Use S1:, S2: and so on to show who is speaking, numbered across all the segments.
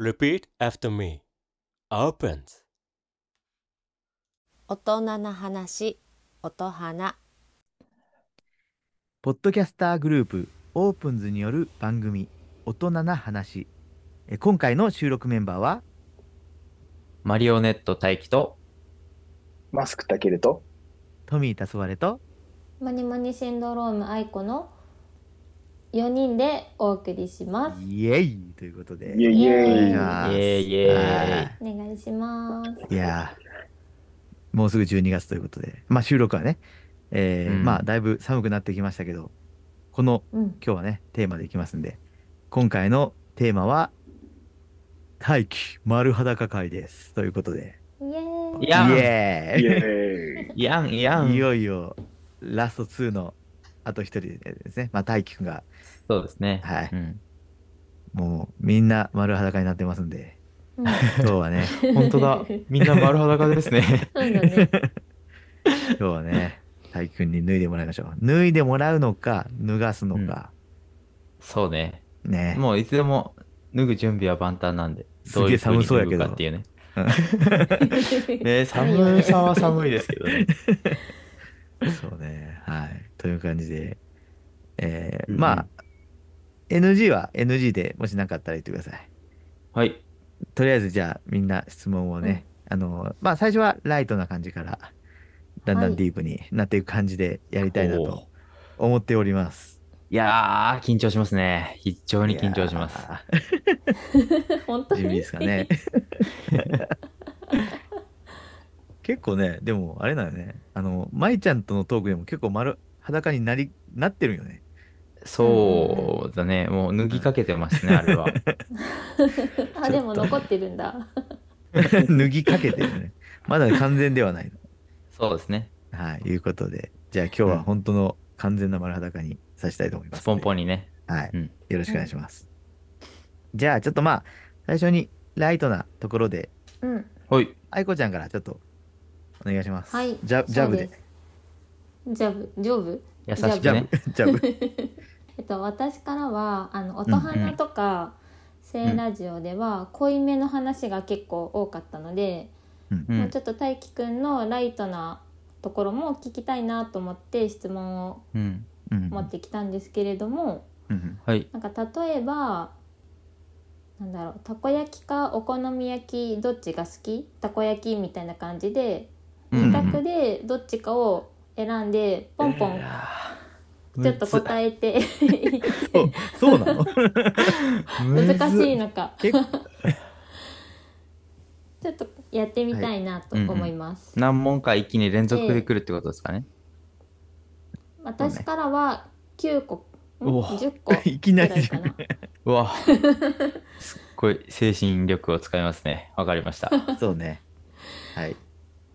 S1: Repeat after me. Opens.
S2: 大人な話、音花、
S3: ポッドキャスターグループオープンズによる番組大人な話え今回の収録メンバーは
S4: マリオネット大輝と
S5: マスクたけると、
S3: トミー・タソワレと
S6: マニマニシンドローム愛子の4人でお送りします。
S3: イエイということで
S5: イエイイエイ
S6: イエイ
S3: お願い
S4: イ
S3: し
S4: エイイ
S3: ます
S4: エ
S3: は
S6: お願いします。
S3: いいやーもうすぐ12月ということでまあ収録はね、えー
S4: うん
S3: まあだいぶ寒くなってきましたけどこの
S6: うん。
S3: 今日はねテーマでいきますんで今回のテーマは「大気丸裸会」ですということで
S6: イエ
S4: イ
S6: ーイ。
S4: やん
S3: イエーイ
S5: イ エーイ
S4: イやんや
S3: い
S4: ん
S3: よいよラスト2のあと一人ですね、まあ、大輝くんが、
S4: そうですね
S3: はい
S4: うん
S3: もうみんな丸裸になってますん で、
S6: うん
S3: 今日はね、
S4: 本当 だみんな丸裸ですね
S6: そうだね。
S3: 今日はね、大輝くんに脱いでもらいましょう。脱いでもらうのか、脱がすのか、
S4: そうね
S3: ね。
S4: もういつでも脱ぐ準備は万端なんですどう
S3: げ
S4: い
S3: え
S4: う風
S3: 寒
S4: に
S3: そう
S4: 脱
S3: やけ
S4: ぐ
S3: ど
S4: かっていうね
S6: ね
S4: ね寒さは寒いですけどね
S3: そうね、はい。という感じで、えー
S4: うん
S3: まあ、NG は NG でもし何かあったら言ってください。
S4: はい
S3: とりあえずじゃあみんな質問をね、あのまあ最初はライトな感じからだんだ
S6: は
S3: ん
S6: い
S3: ディープになっていく感じでやりたいな
S4: おー
S3: と思っております。
S4: いやー緊張しますね非常に緊張します
S3: いや
S6: 本当
S3: ー。準備
S6: に
S3: ですかね。結構ねでもあれなのねあの舞ちゃんとのトークでも結構丸裸になりなってるんよ ね。
S4: そうだねもう脱ぎかけてますねあれは
S6: あ、でも残ってるんだ。
S3: 脱ぎかけてるよね。まだ完全ではない。
S4: そうですね
S3: はい、いうことでじゃあ今日は本当の完全な丸裸にさせたいと思います、
S4: スポンポンにね
S3: はい、
S4: うん
S3: よろしくお願いします。じゃあちょっとまあ最初にライトなところで
S6: うん。
S4: はい
S3: 愛子ちゃんからちょっとお願いします。
S6: はい。
S3: ジャジャブで
S6: そうす。ジャブ、ジョブ。
S4: 優し
S3: ジ
S4: く
S3: ャ
S4: ね
S3: ブ ジャブ。
S6: えっと、私からは、あの、音花とか、聖ラジオでは、濃いめの話が結構多かったので、
S4: う
S6: まあ、
S4: ん
S6: ちょっと大輝くんのライトなところも聞きたいなと思って質問を
S4: うん
S3: うん
S6: 持ってきたんですけれども、
S3: うん
S4: はい
S6: なんか例えばなんだろうたこ焼きかお好み焼きどっちが好きたこ焼きみたいな感じで
S4: うん
S6: 二択でどっちかを選んでポンポンちょっと答えて
S3: そうそう なの
S6: 難しい
S4: な
S6: のか
S3: 結構
S6: ちょっとやってみたいなと思います。
S4: 何問か一気に連続で来るってことですかね、
S6: 私からは9個、ん
S4: うわ
S6: 10個
S3: いきな
S6: ぐ
S3: り
S6: らいかな。
S4: うわ すっごい精神力を使いますねわかりました
S3: そうね。はい。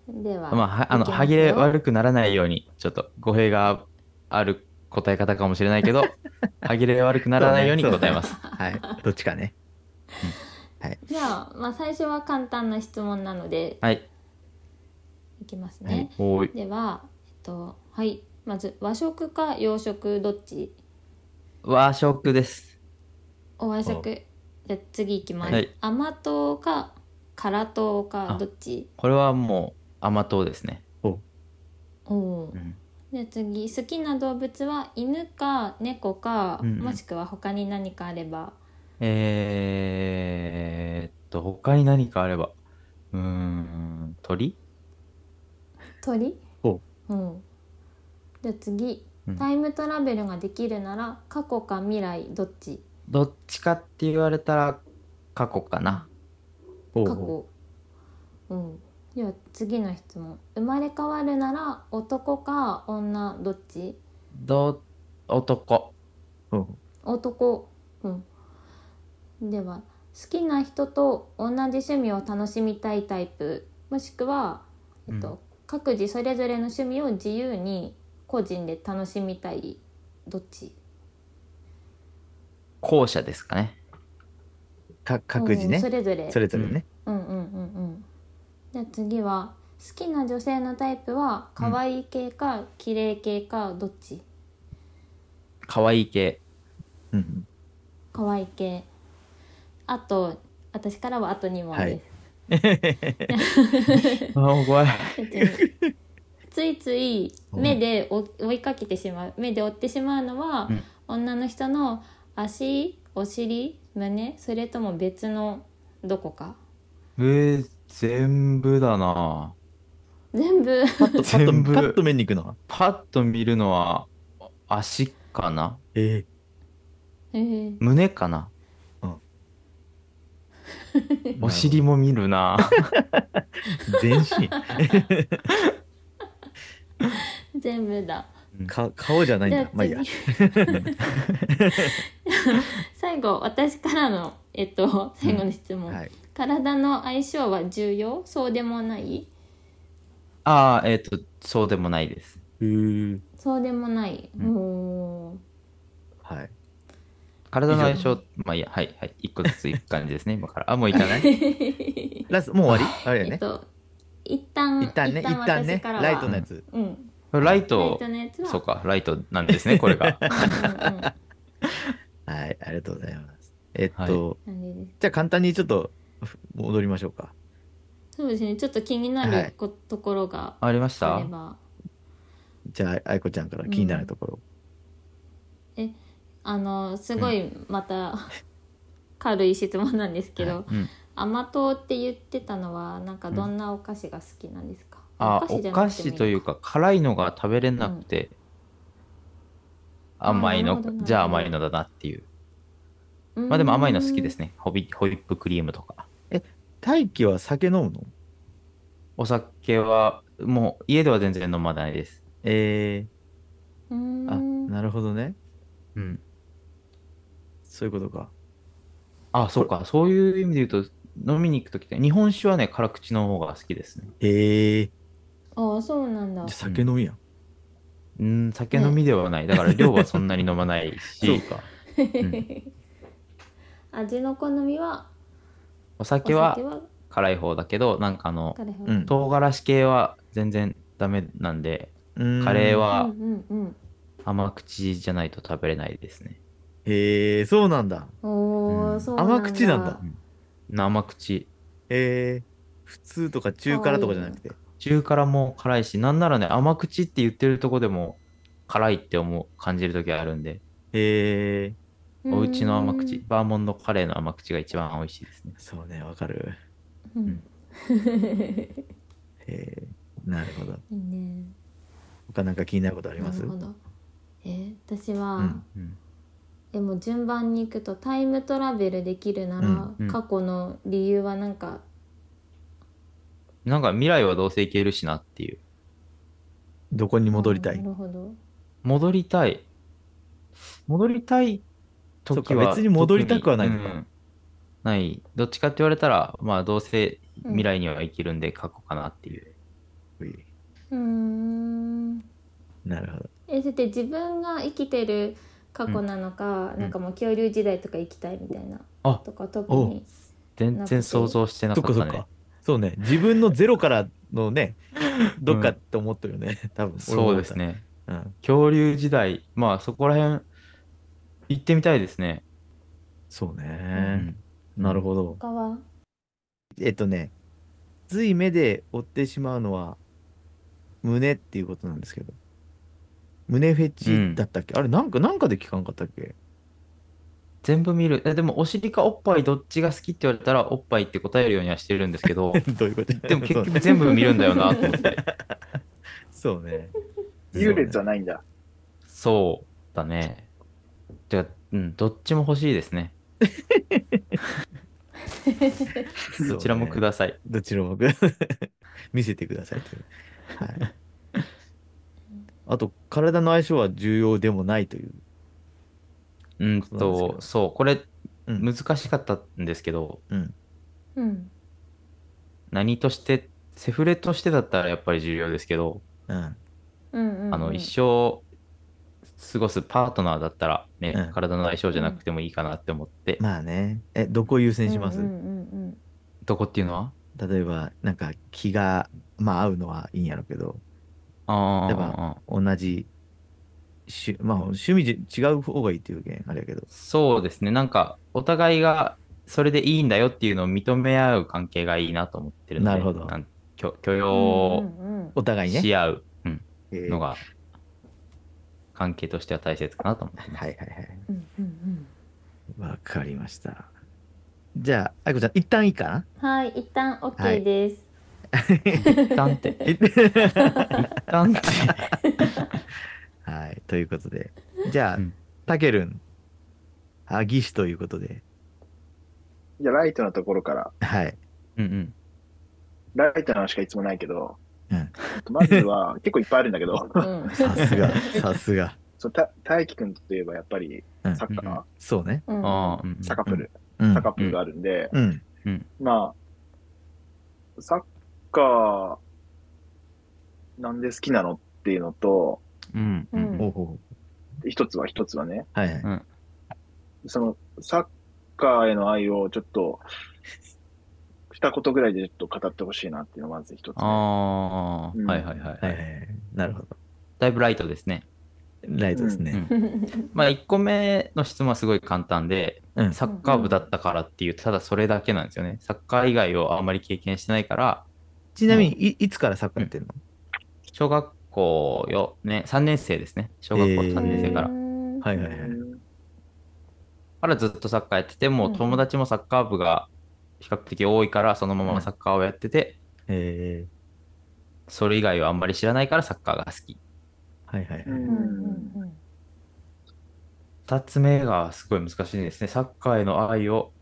S6: では、
S4: まあはあの
S6: いきますよ
S4: 歯切れ悪くならないようにちょっと語弊がある答え方かもしれないけ ど歯切れ悪くならないように答えます、
S3: はい。どっちかね。
S6: じゃあ、まあ、最初は簡単な質問なので
S4: はい
S6: いきます
S3: はい
S6: ね。
S4: おい
S6: では、えっと、はい、まず和食か洋食どっち。
S4: 和食です
S6: お和食。じゃあ、次いきます。
S4: はい
S6: 甘党か辛党かどっち。
S4: これはもう甘党ですね、
S6: おお
S4: う。ん
S6: で、次、好きな動物は犬か猫か、
S4: うんうん
S6: もしくは他に何かあれば。
S4: えーっと他に何かあればうーん鳥
S6: 鳥。
S3: お
S6: うん。じゃあ、次
S4: うん。
S6: タイムトラベルができるなら過去か未来どっち
S4: どっちかって言われたら過去かな
S3: おう
S6: 過去うんでは次の質問生まれ変わるなら男か女どっち
S4: ど男
S3: おう
S6: 男うんでは好きな人と同じ趣味を楽しみたいタイプもしくは、えっと
S4: う
S6: 各自それぞれの趣味を自由に個人で楽しみたいどっち
S4: 後者ですかね
S3: か各自ね
S6: うんそ。れぞれ
S3: それぞれね。
S6: うんうんうんうんじゃあ次は好きな女性のタイプは可愛い系か綺麗系かどっち
S4: 可愛い系
S3: うん。
S6: 可愛い系あと私からはあと2問です。
S4: あーもう怖い。
S6: 別につい つい目で追追いかけてしまう目で追ってしまうのは、
S4: うん
S6: 女の人の足お尻胸それとも別のどこか
S4: えー、全部だな
S6: 全部
S3: パッと、パッと、
S4: 全部
S3: パッと目に行くのは。
S4: パッと見るのは足かな
S3: え
S6: えー
S4: 胸かな
S3: え
S4: お尻も見るな
S3: 全身。
S6: 全部だ
S3: か顔じゃないん
S6: じゃ
S3: だ。まあいいや。
S6: 次最後私からのえっと最後の質問、
S3: はい。
S6: 体の相性は重要そうでもない
S4: ああえっ、とそうでもないです
S3: うん。
S6: そうでもない、
S3: うん
S6: おー
S3: はい。
S4: 体の相性まあいいやはいはい一個ずついく感じですね今からあもういかない
S3: ラスト、もう終わりあれや
S6: えっ
S3: ね。
S6: と一旦
S3: 一旦ね、一旦ね、
S6: 私からは
S3: ライトのやつ。
S6: うん
S4: ライ
S6: ライ
S4: ト
S6: トのやつは
S4: そうかライトなんですねこれ が
S6: うんうん
S3: はい、ありがとうございます。えっと、
S6: 感じです
S3: じゃあ簡単にちょっとふ戻りましょうか。
S6: そうですねちょっと気にな
S3: はい
S6: るこ、ところが
S4: ありまし
S6: あ
S4: た
S6: れば
S3: じゃあ、愛子ちゃんから気になるところ。
S6: あのすごいまた、軽い質問なんですけど、
S4: うん
S6: 甘党って言ってたのはなんかどんなお菓子が好きなんですか、
S4: あお
S6: じゃな
S4: 菓
S6: くても
S4: 子というか辛いのが食べれなくて、甘い
S6: あ
S4: の
S6: ーなるほどなるほど
S4: じゃあ甘いのだなっていうまあでも甘いの好きですねホビホイップクリームとか
S3: 大輝は酒飲むの
S4: お酒はもう家では全然飲まないです
S3: え
S6: うーん
S3: えあ、なるほどね。
S4: うん
S3: そういうことか。
S4: あそうかそういう意味で言うと飲みに行く時って日本酒はね辛口の方が好きですね
S3: ええじ
S6: ああそうなんだ
S3: ゃあ酒飲みやん。
S4: うん酒飲みではないだから量はそんなに飲まない
S3: そう
S4: し
S3: か。
S6: 味の好みは
S4: お
S6: お
S4: 酒
S6: 酒は
S4: は辛い方だけどなんかあの
S6: カレー
S3: うん
S4: 唐辛子系は全然ダメなんでカレー。
S6: は
S4: は
S6: うんうん
S4: 甘口じゃないと食べれないですね。
S3: ええそうなんだ。
S6: うんお
S4: う
S6: お
S4: ん
S6: そうなんだ
S3: 甘口なんだ。
S4: 生口。
S3: ええ普通とか中辛とかじゃなくて。
S4: 中辛も辛いし、なんならね、甘口って言ってるとこでも辛いって思う、感じる時あるんで、
S3: ええ
S6: ん
S4: お家の甘口、バーモントカレーの甘口が一番美味しいですね。
S3: そうね、わかる。
S6: うん
S3: ええなるほど。
S6: いいね
S3: 他なんか気になることありま
S6: な
S3: す
S6: るほどえー私は、
S3: うん
S4: うん
S6: でも順番に行くとタイムトラベルできるなら、
S3: うん
S4: うん
S6: 過去の理由はなんか
S4: なんか未来はどうせいけるしなっていう。
S3: どこに戻りた
S6: あー
S3: い
S6: なるほど
S4: 戻りたい。戻りたい時は
S3: そうか別に戻りたくはない
S4: 特
S3: の
S4: に
S3: か
S4: うんない。どっちかって言われたら、まあどうせ未来には生きるんで過去かなっていう。
S6: うーん
S3: なるほど。
S6: えそれって自分が生きてる過去なのか、
S4: ん
S6: なんかもう恐竜時代とか行きたいみたいな、
S4: あ
S6: とか特
S3: お
S6: に
S4: 全然想像してなか
S3: そっかそっ
S4: っ
S3: た
S4: ね
S3: か。。そうね、自分のゼロからのね、どっかって思ってるよね、多分。
S4: そうです。ね。
S3: うん、
S4: 恐竜時代、まあそこら辺行ってみたいですね。
S3: そうね、
S4: うん
S3: なるほど。
S6: 他は
S3: えっとね、つい目で追ってしまうのは、胸っていうことなんですけど。胸フェチだったっけ、あれ、なんか、なんかで聞かんかったっけ
S4: 全部見る。えでもお尻かおっぱいどっちが好きって言われたらおっぱいって答えるようにはしてるんです け ど、
S3: どういうこと
S4: でも結
S3: そうね
S4: 局全部見るんだよなと 思って。
S3: そうね。
S5: 優劣はないんだ。
S4: そうだね。てか、うん、どっちも欲しいですね。
S3: そうね
S4: どちらもください。
S3: どちらも 見せてくださいという。はい、あと、体の相性は重要でもないという。
S4: う
S3: そうなん
S4: ん
S3: ですけ
S4: と
S3: ど、
S4: そう、これ、
S3: うん
S4: 難しかったんですけど、
S6: うん
S4: 何として、セフレとしてだったらやっぱり重要ですけど、
S3: うん。
S6: うんうんうん
S4: あの、一生過ごすパートナーだったら、ね、
S3: うん
S4: 体の相性じゃなくてもいいかなって思って、
S3: まあね。え、どこを優先します、
S6: うんうん
S4: どこっていうのは
S3: 例えば、なんか気が、まあ合うのはいいんやろうけど、
S4: あ
S3: 例えば
S4: あ、
S3: 同じ、趣まあ趣味で違う方がいいっていうわけんあれやけど。
S4: そうですね、なんか、お互いがそれでいいんだよっていうのを認め合う関係がいいなと思ってるので、
S3: なるほど
S4: ん許許
S2: う
S4: 容
S2: んうん
S3: お互いね。
S4: し合ううん
S3: えー
S4: のが、関係としては大切かなと思ってます。
S3: はいはいはい。
S2: うんうん
S3: わかりました。じゃあ、あいこちゃん、一旦いいかな
S6: はい、一旦
S3: は
S6: OK
S3: い
S6: です。
S4: 一旦って。
S3: え
S4: 一旦って。
S3: はい。ということで。じゃあ
S4: うん、
S3: たけるん、あぎしということで。
S5: じゃあ、ライトのところから、
S3: はい。
S4: うんうん。
S5: ライトの話がいつもないけど、
S3: うん
S5: まず は、結構いっぱいあるんだけど、
S6: うん、
S3: さすが、さすが。
S5: そのた大輝くんといえばやっぱり
S3: うん
S5: サッカー、
S3: そうね。
S6: うん、
S4: ああ、うんうん
S5: サカプル、
S3: うん
S5: サ。カプルがあるんで、
S3: うん。
S5: まあ、サッカー、なんで好きなのっていうのと、
S4: うんうん
S6: うん
S3: おうほ
S5: 一つは一つはね、
S3: う。はいはい。
S5: そのサッカーへの愛をちょっと、二言ぐらいでちょっと語ってほしいなっていうのがまず一つね、
S4: ああ、
S5: うん
S4: はいはいはい、
S3: はいはい。なるほど。
S4: だいぶライトですね。
S3: ライトですね。
S4: まあ1個目の質問はすごい簡単で、
S3: うん。
S4: サッカー部だったからっていう、ただそれだけなんですよね。サッカー以外をあんまり経験してないから、
S3: ちなみに、いいつからサッカーやってんの
S4: 小学校よ、ね、3年生ですね。小学校3年生から。
S6: う
S4: か
S6: ん
S3: はい
S5: うん
S3: はいはい。
S4: らずっとサッカーやってて、も
S2: うん
S4: う友達もサッカー部が比較的多いから、そのままサッカーをやってて、
S3: え
S4: それ以外はあんまり知らないからサッカーが好き。
S3: ー、はいはいはい。
S5: うん
S2: うんうんうん
S4: 2つ目がすごい難しいですね。サッカーへの愛を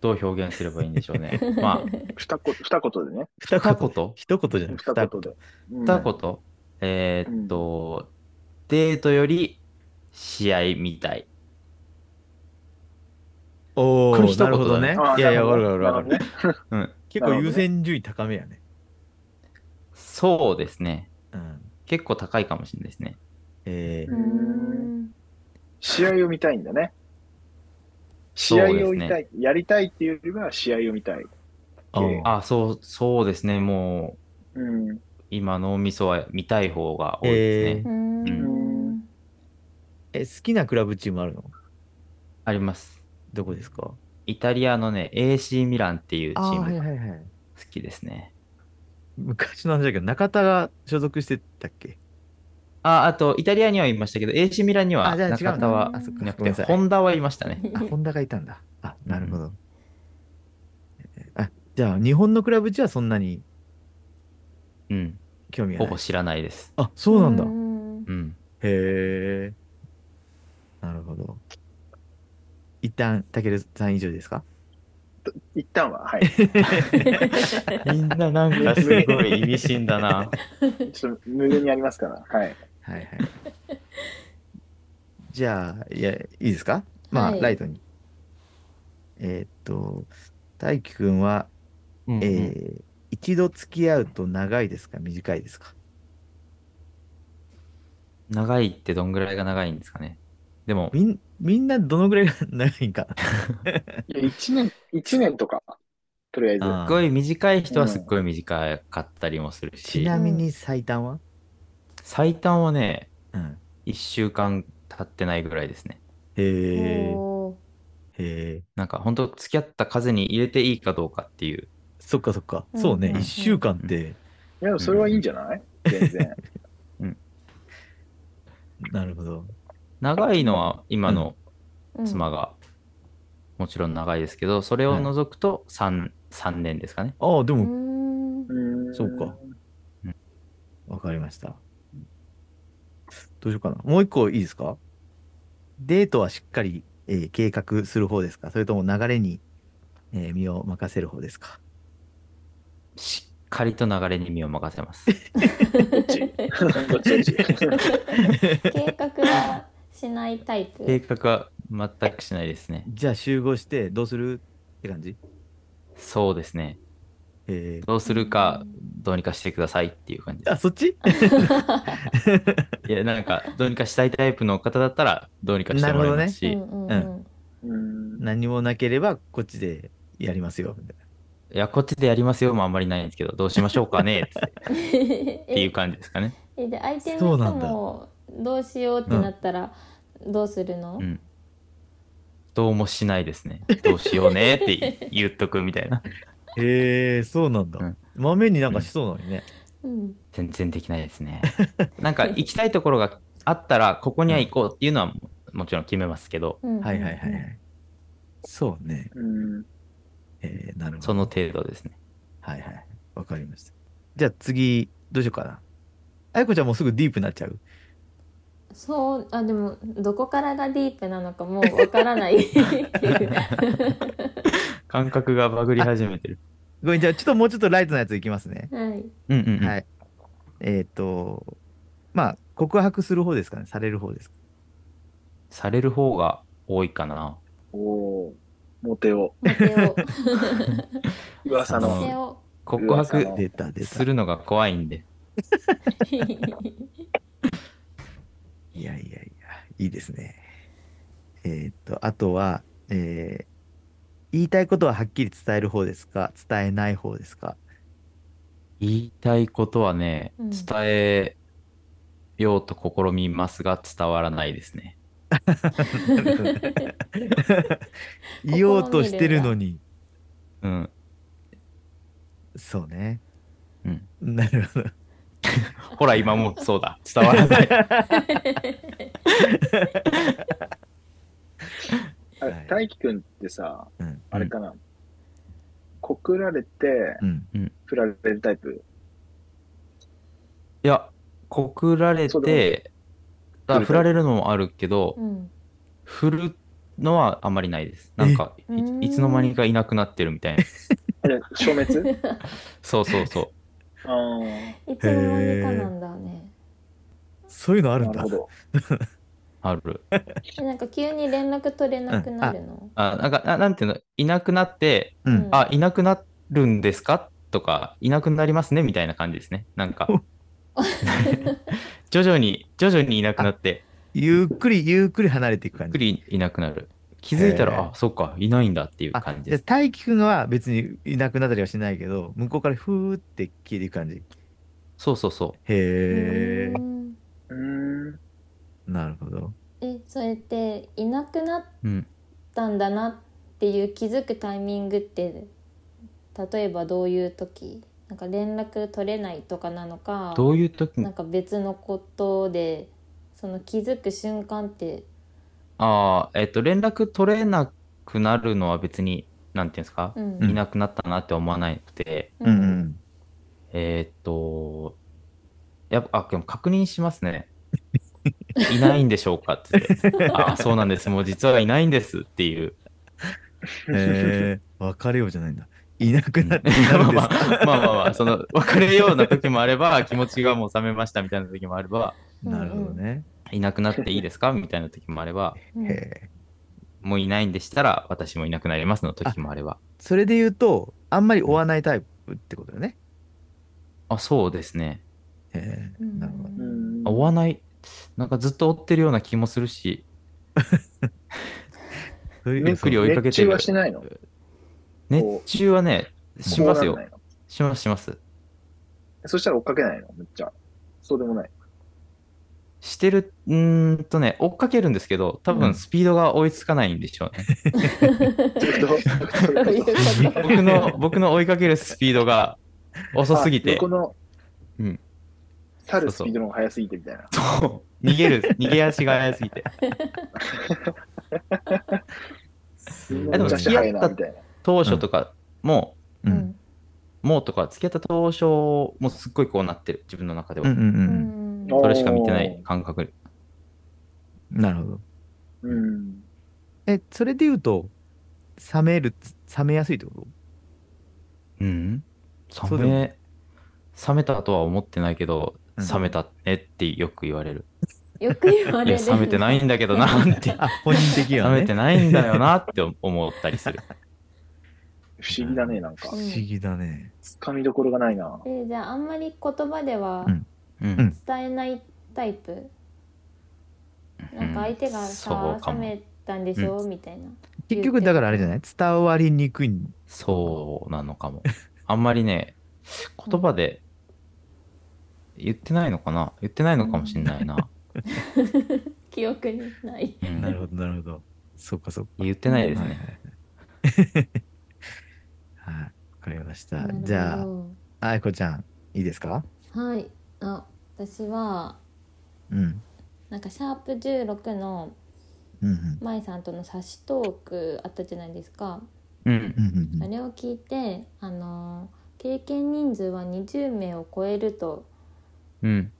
S4: どう表現すればいいんでしょう ね。まあ、
S5: 二言二言でね。
S3: 二
S4: 二言
S3: 一言じゃない
S5: 二言で。うん
S4: 二言、えーっと、デートより試合みたい。
S3: お
S4: これ
S3: お、
S4: 一言
S3: なるほどね
S5: あ。ー
S3: いやいや、わ
S5: な
S3: か
S5: る
S3: る
S5: ほ
S3: わ
S5: ど
S3: かるわか
S5: な
S3: る
S5: る。
S4: うん、
S3: 結構優先順位高めやね。
S4: そうですね。
S3: うん。
S4: 結構高いかもしれないですね。
S3: えー
S6: うん
S5: 試合を見たいんだね。
S4: そう
S5: 試
S4: ですね
S5: 合を見たい、やりたいっていうよりは試合を見たい。
S3: あー
S5: え
S4: あ、そう、そうですね。もう、
S5: うん。
S4: 今脳みそは見たい方が多いですね。
S3: えー
S6: うん
S5: ん
S3: え、好きなクラブチームあるの
S4: あります。
S3: どこですか
S4: イタリアのね、AC ミランっていうチームが
S3: いはい。
S4: 好きですね。
S3: 昔の話だけど、中田が所属してたっけ
S4: あ、あと、イタリアにはいましたけど、AC ミランには
S3: あじゃあ違うんだ
S4: 中田は
S3: あ、そっ
S4: い
S3: か
S4: な。
S3: ご
S4: く
S3: めん
S4: て、
S3: なさい。
S4: ホンダはいましたね。
S3: あ、ホンダがいたんだ。あ、なるほど。あ、じゃあ、日本のクラブチームはそんなに
S4: うん。
S3: 興味が
S4: ほ
S3: な
S4: ぼ
S3: い。
S4: 知らないです。
S3: あ、そうなんだ。
S6: うん
S4: うん。
S3: へえ。なるほど。一旦、たけるさん以上ですか
S5: 一旦は、はい。
S4: みんななんかすごい意味深だな。
S5: ちょっと無限にありますから。 はい。
S3: はいはい。じゃあ、いや、いいですかまあ、
S6: はい
S3: ライトに。えーっと、大輝くんは、
S4: うん
S3: えー一度付き合うと長いですか短いですか
S4: 長いってどんぐらいが長いんですかね。でも、
S3: みん、みんなどのぐらいが 長いんかな。
S5: いや一年、一年とか、とりあえず。
S3: あ
S4: すっごい短い人はすっごい短かったりもする
S3: ち
S4: し、
S3: なみに最短は
S4: 最短はね、
S3: うん。
S4: 1週間経ってないぐらいですね。
S3: へえ、
S6: おー
S3: へえ。
S4: なんか本当付き合った数に入れていいかどうかっていう。
S3: そっかそっか。そうね、
S6: うん
S3: 一週間って、
S5: いや、でもそれはいいんじゃない全然。
S3: なるほど。
S4: 長いのは今の
S6: うん
S4: 妻がもちろん長いですけど、それを除くと3、三年ですかね。
S3: ああ、で
S6: う
S3: も、
S6: ん
S5: うん
S3: そうか。わかりました。どうしようかな。もう一個いいですかデートはしっかり、えー計画する方ですかそれとも流れに、えー身を任せる方ですか
S4: しっかりと流れに身を任せます。
S5: どっちどっちどっち
S6: 計画はしないタイプ
S4: 計画は全くしないですね。
S3: じゃあ集合してどうするって感じ
S4: そうですね。
S3: え
S4: どうするか、どうにかしてくださいっていう感じ
S3: ー、
S4: で
S3: あ、そっち
S4: す。いや、なんか、どうにかしたいタイプの方だったら、どうにかしてもらいますし、
S6: うんうんうん
S5: うん
S3: 何もなければこっちでやりますよ。みたいない
S4: や、こっちでやりますよもあんまりないんですけど、どうしましょうかねつってってい
S6: え
S4: う感じですかね。
S6: えで相手
S3: そ
S6: の
S3: うな
S6: 人
S3: んだ
S6: もどうしようってなったらどうするの
S4: うん。どうもしないですね。どうしようねって言っとくみたいな。
S3: へえ、そうなんだ
S4: うん。
S3: 豆になんかしそうなのにね。
S6: うん
S4: 全然できないですね。なんか行きたいところがあったら、ここには行こうっていうのはももちろん決めますけど、
S6: うん
S3: はいはいはいはい。そうね。
S5: うん。
S3: えー、なるほど。
S4: その程度ですね。
S3: はいはい。わかりました。じゃあ次、どうしようかな。あやこちゃんもうすぐディープになっちゃう
S6: そうあでもどこからがディープなのかもうわからないっていう
S4: 感覚がバグり始めてる。
S3: ごめん、じゃあちょっともうちょっとライトなやついきますね。
S6: はい
S4: うんうんうん。
S3: はい。えっ、と、まあ、告白する方ですかね、される方ですか。
S4: される方が多いかな。
S5: おおーモテを。
S6: モテを
S5: 噂
S4: あ
S5: の。
S6: モテを
S4: 告
S5: う
S4: 白
S5: わ
S3: 出た出
S4: す
S3: た。
S4: るのが怖いんで。
S3: いやいやいや、いいですね。えっ、と、あとは、えー言いたいことははっきり伝える方ですか、伝えない方ですか。
S4: 言いたいことはね、
S6: うん
S4: 伝えようと試みますが、伝わらないですね。
S3: 言おうとしてるのに。
S4: うん。
S3: そうね。
S4: うん。
S3: なるほど。
S4: ほら、今もそう だ。伝わらない。
S5: あれ
S3: はい
S5: 大輝くんってさ、
S3: うん。
S5: あれかな。告られて、
S3: うん。
S5: 振られるタイプ。
S4: いや、告られ
S5: そうで
S4: て、あ振られるのもあるけど、
S6: うん
S4: 振るのはあんまりないです。なんか、
S6: えうーん
S4: いいつの間にかいなくなってるみたいな。
S5: あれ、消 滅
S4: そうそうそ
S5: あー
S6: いつの間にかなんだね
S3: そういうのあるん
S5: なる
S3: だ
S5: ほ。ど。
S4: う。ある。
S6: えなんか急に連絡取れなくなるの
S4: あ、なんか、ななんていうの、いなくなって、
S3: うん。
S4: あ、いなくなるんですかとか、いなくなりますねみたいな感じですね。なんか、 徐々に、徐々にいなくなって、
S3: ゆっくりゆっくり離れていく
S4: ゆ
S3: 感
S4: っく
S3: じ。
S4: りいなくなる。気づいた
S3: へー
S4: ら、あ、そっか、いないんだっていう
S3: あ
S4: 感、じ
S3: じゃ
S4: で
S3: あ
S4: す。
S3: 大輝くんは別にいなくなったりはしないけど、向こうからふーって消えていく感じ。
S4: そうそうそ
S3: へえ、
S6: うーん
S5: うーん。
S3: なるほど。
S6: えそれっていなくなっ
S4: う。うん。
S6: たんだなっていう気づくタイミングって例えばどういう時なんか連絡取れないとかなのか
S4: どういう時
S6: なん
S4: も、
S6: か別のことでその気づく瞬間って
S4: ああ、えっと、連絡取れなくなるのは別に、なんていうんですか
S6: う、ん
S4: いなくなったなって思わなくて、
S6: う
S3: うんうん。
S4: えーっと、やっぱ、あ、でも確認しますね。 いないんでしょうかって言って。あ、そうなんです。もう実はいないんですっていう。
S3: へえ、別れようじゃないんだ。いなくなってな
S4: ま
S3: る
S4: あ
S3: んです
S4: ま
S3: か。
S4: あ、まあまあまあ、その、別れような時もあれば、気持ちがもう冷めましたみたいな時もあれば、
S6: あ
S3: なるほどね。
S4: いなくなっていいですかみたいな時もあれば、
S6: うん
S3: へえ。
S4: もういないんでしたら、私もいなくなりますの時もあれば。
S3: それで言うと、あんまり追わないタイプってことだよね。
S4: あ、そうですね。
S3: へえ、なるほど。
S5: う
S6: うん
S5: ん
S4: あ追わない。なんかずっと追ってるような気もするし、
S3: そういう
S4: ゆっくり追いかけ
S5: 熱
S4: て
S5: 中
S4: る
S5: は。しないの
S4: 熱中はね、しますよ
S5: そうな。んない
S4: しますします。
S5: のそしたら追っかけないのめっちゃ。そうでも ない。
S4: してる、うーんとね、追っかけるんですけど、多
S3: う
S4: 分
S3: ん
S4: スピードが追いつかないんでしょうね。
S5: ずっとそれ
S6: どう
S5: こ
S6: い
S5: そう
S6: こと
S4: 僕の、僕の追いかけるスピードが遅すぎ
S5: あ
S4: て、
S5: 横の、
S4: うん
S5: 去るスピードの方が速すぎてみたいな。
S4: そう逃げる、逃げ足が速すぎて。
S5: め
S4: でも
S5: っちゃ
S4: 付
S5: 足
S4: き合
S5: 速
S4: っ
S5: いな
S4: た
S5: みたいな。
S4: 当初とかも、
S3: う
S6: うんん
S4: もうとか、付き合った当初、もうすっごいこうなってる、自分の中で
S3: うんう
S4: は。
S3: ん
S6: うん
S4: それしか見てない感覚。
S3: うん。なるほど。
S5: うん。
S3: え、それで言うと、冷める、冷めやすいってこと
S4: うん
S3: そう
S4: 冷
S3: でも
S4: め、冷めたとは思ってないけど、
S3: うん
S4: 冷めたねってよく言われる。
S6: よく言わ
S4: い
S6: れ
S4: や、
S6: る
S4: 冷めてないんだけどなって。
S3: あ、本人的に
S4: 冷
S3: はね。
S4: めてないんだよなって思ったりする。
S5: 不思議だね、なんか
S3: 不。思議だね。
S5: つかみどころがないな。
S6: えじゃああんまり言葉では
S3: うん
S4: うん
S6: 伝えないタイプ、なんか相手が
S4: そ
S6: さ
S4: うか
S6: 冷
S4: も
S6: めたんでしょ、みたいな
S3: 結局、だからあれじゃない伝わりにくい。
S4: そうなのかも。あんまりね、言葉で言ってないのかな言ってないのかもしれないな。
S6: 記憶にない
S4: うん
S3: なるほど、なるほど。そうかそうか。
S4: 言ってないです
S3: はい
S4: ね。
S3: はいはい。はい。わかりました
S6: なるほ。ど
S3: じゃあ、あいこちゃん、いいですか
S6: はいあ私は
S3: うん。
S6: なんかシャープ16の
S3: うんうん。
S6: 舞さんとの差しトークあったじゃないですか、
S4: うん
S3: う。んうん
S6: あれを聞いてあの経験人数は20名を超えると
S4: うん。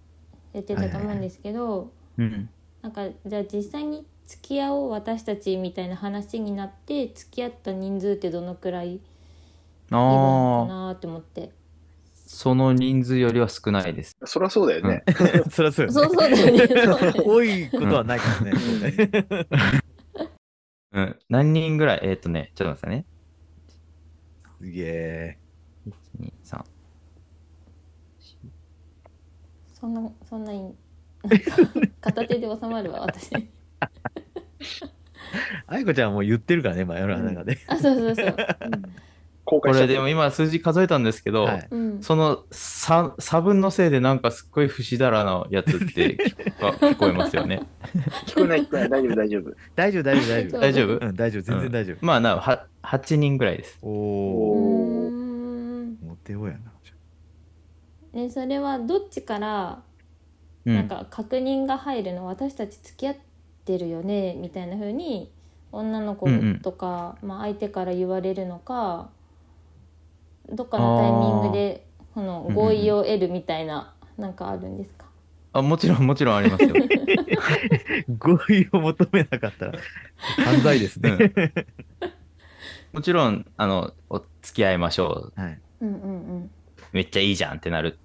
S6: 言ってたと思うんですけど、
S4: うん。
S6: なんかじゃあ実際に付き合おう私たちみたいな話になって付き合った人数ってどのくらいいるのか
S4: ああ、
S6: なと思って
S4: その人数よりは少ないです。
S5: そりゃそうだよね。
S3: うん。 そりゃそうよ
S6: そうそうだよねそうだよね
S3: ね。多いことはないからね。
S4: うん。何人ぐらいえっ、とね、ちょっと待ってくださいね。
S3: すげえ。
S4: 1、2、3。
S6: そんなそんなに片手で収まるわ私
S3: あいこちゃんはもう言ってるからね、今、世の中で。
S6: あそうそうそう
S5: うん公
S4: こ
S5: 開しちゃ
S4: れ
S5: って
S4: でも今数字数えたんですけど、
S3: はい。
S6: うん
S4: その差差分のせいでなんかすっごい不死だらなやつって聞こ 聞こえますよね。
S5: 聞こえない聞こえない。大丈夫大 丈夫。
S3: 大丈夫、大丈夫、大丈夫。
S4: 大丈夫
S3: うん、大丈夫、全然大丈夫。
S4: まあなは、8人ぐらいです。
S3: おー、
S6: うー
S5: おー
S6: ん
S3: モテようやな。
S6: ねそれはどっちから
S4: う
S6: なんか確認が入るの私たち付き合ってるよねみたいな風に女の子とか、まあ、相手から言われるのかどっかのタイミングでその
S4: うん
S6: 合意を得るみたいな、なんかあるんですか
S4: あもちろん、もちろんありますよ。
S3: 合意を求めなかったら、犯罪ですね。
S4: もちろん、あの、お付き合いましょう。
S3: はい。
S6: うんうん
S4: めっちゃいいじゃんってなる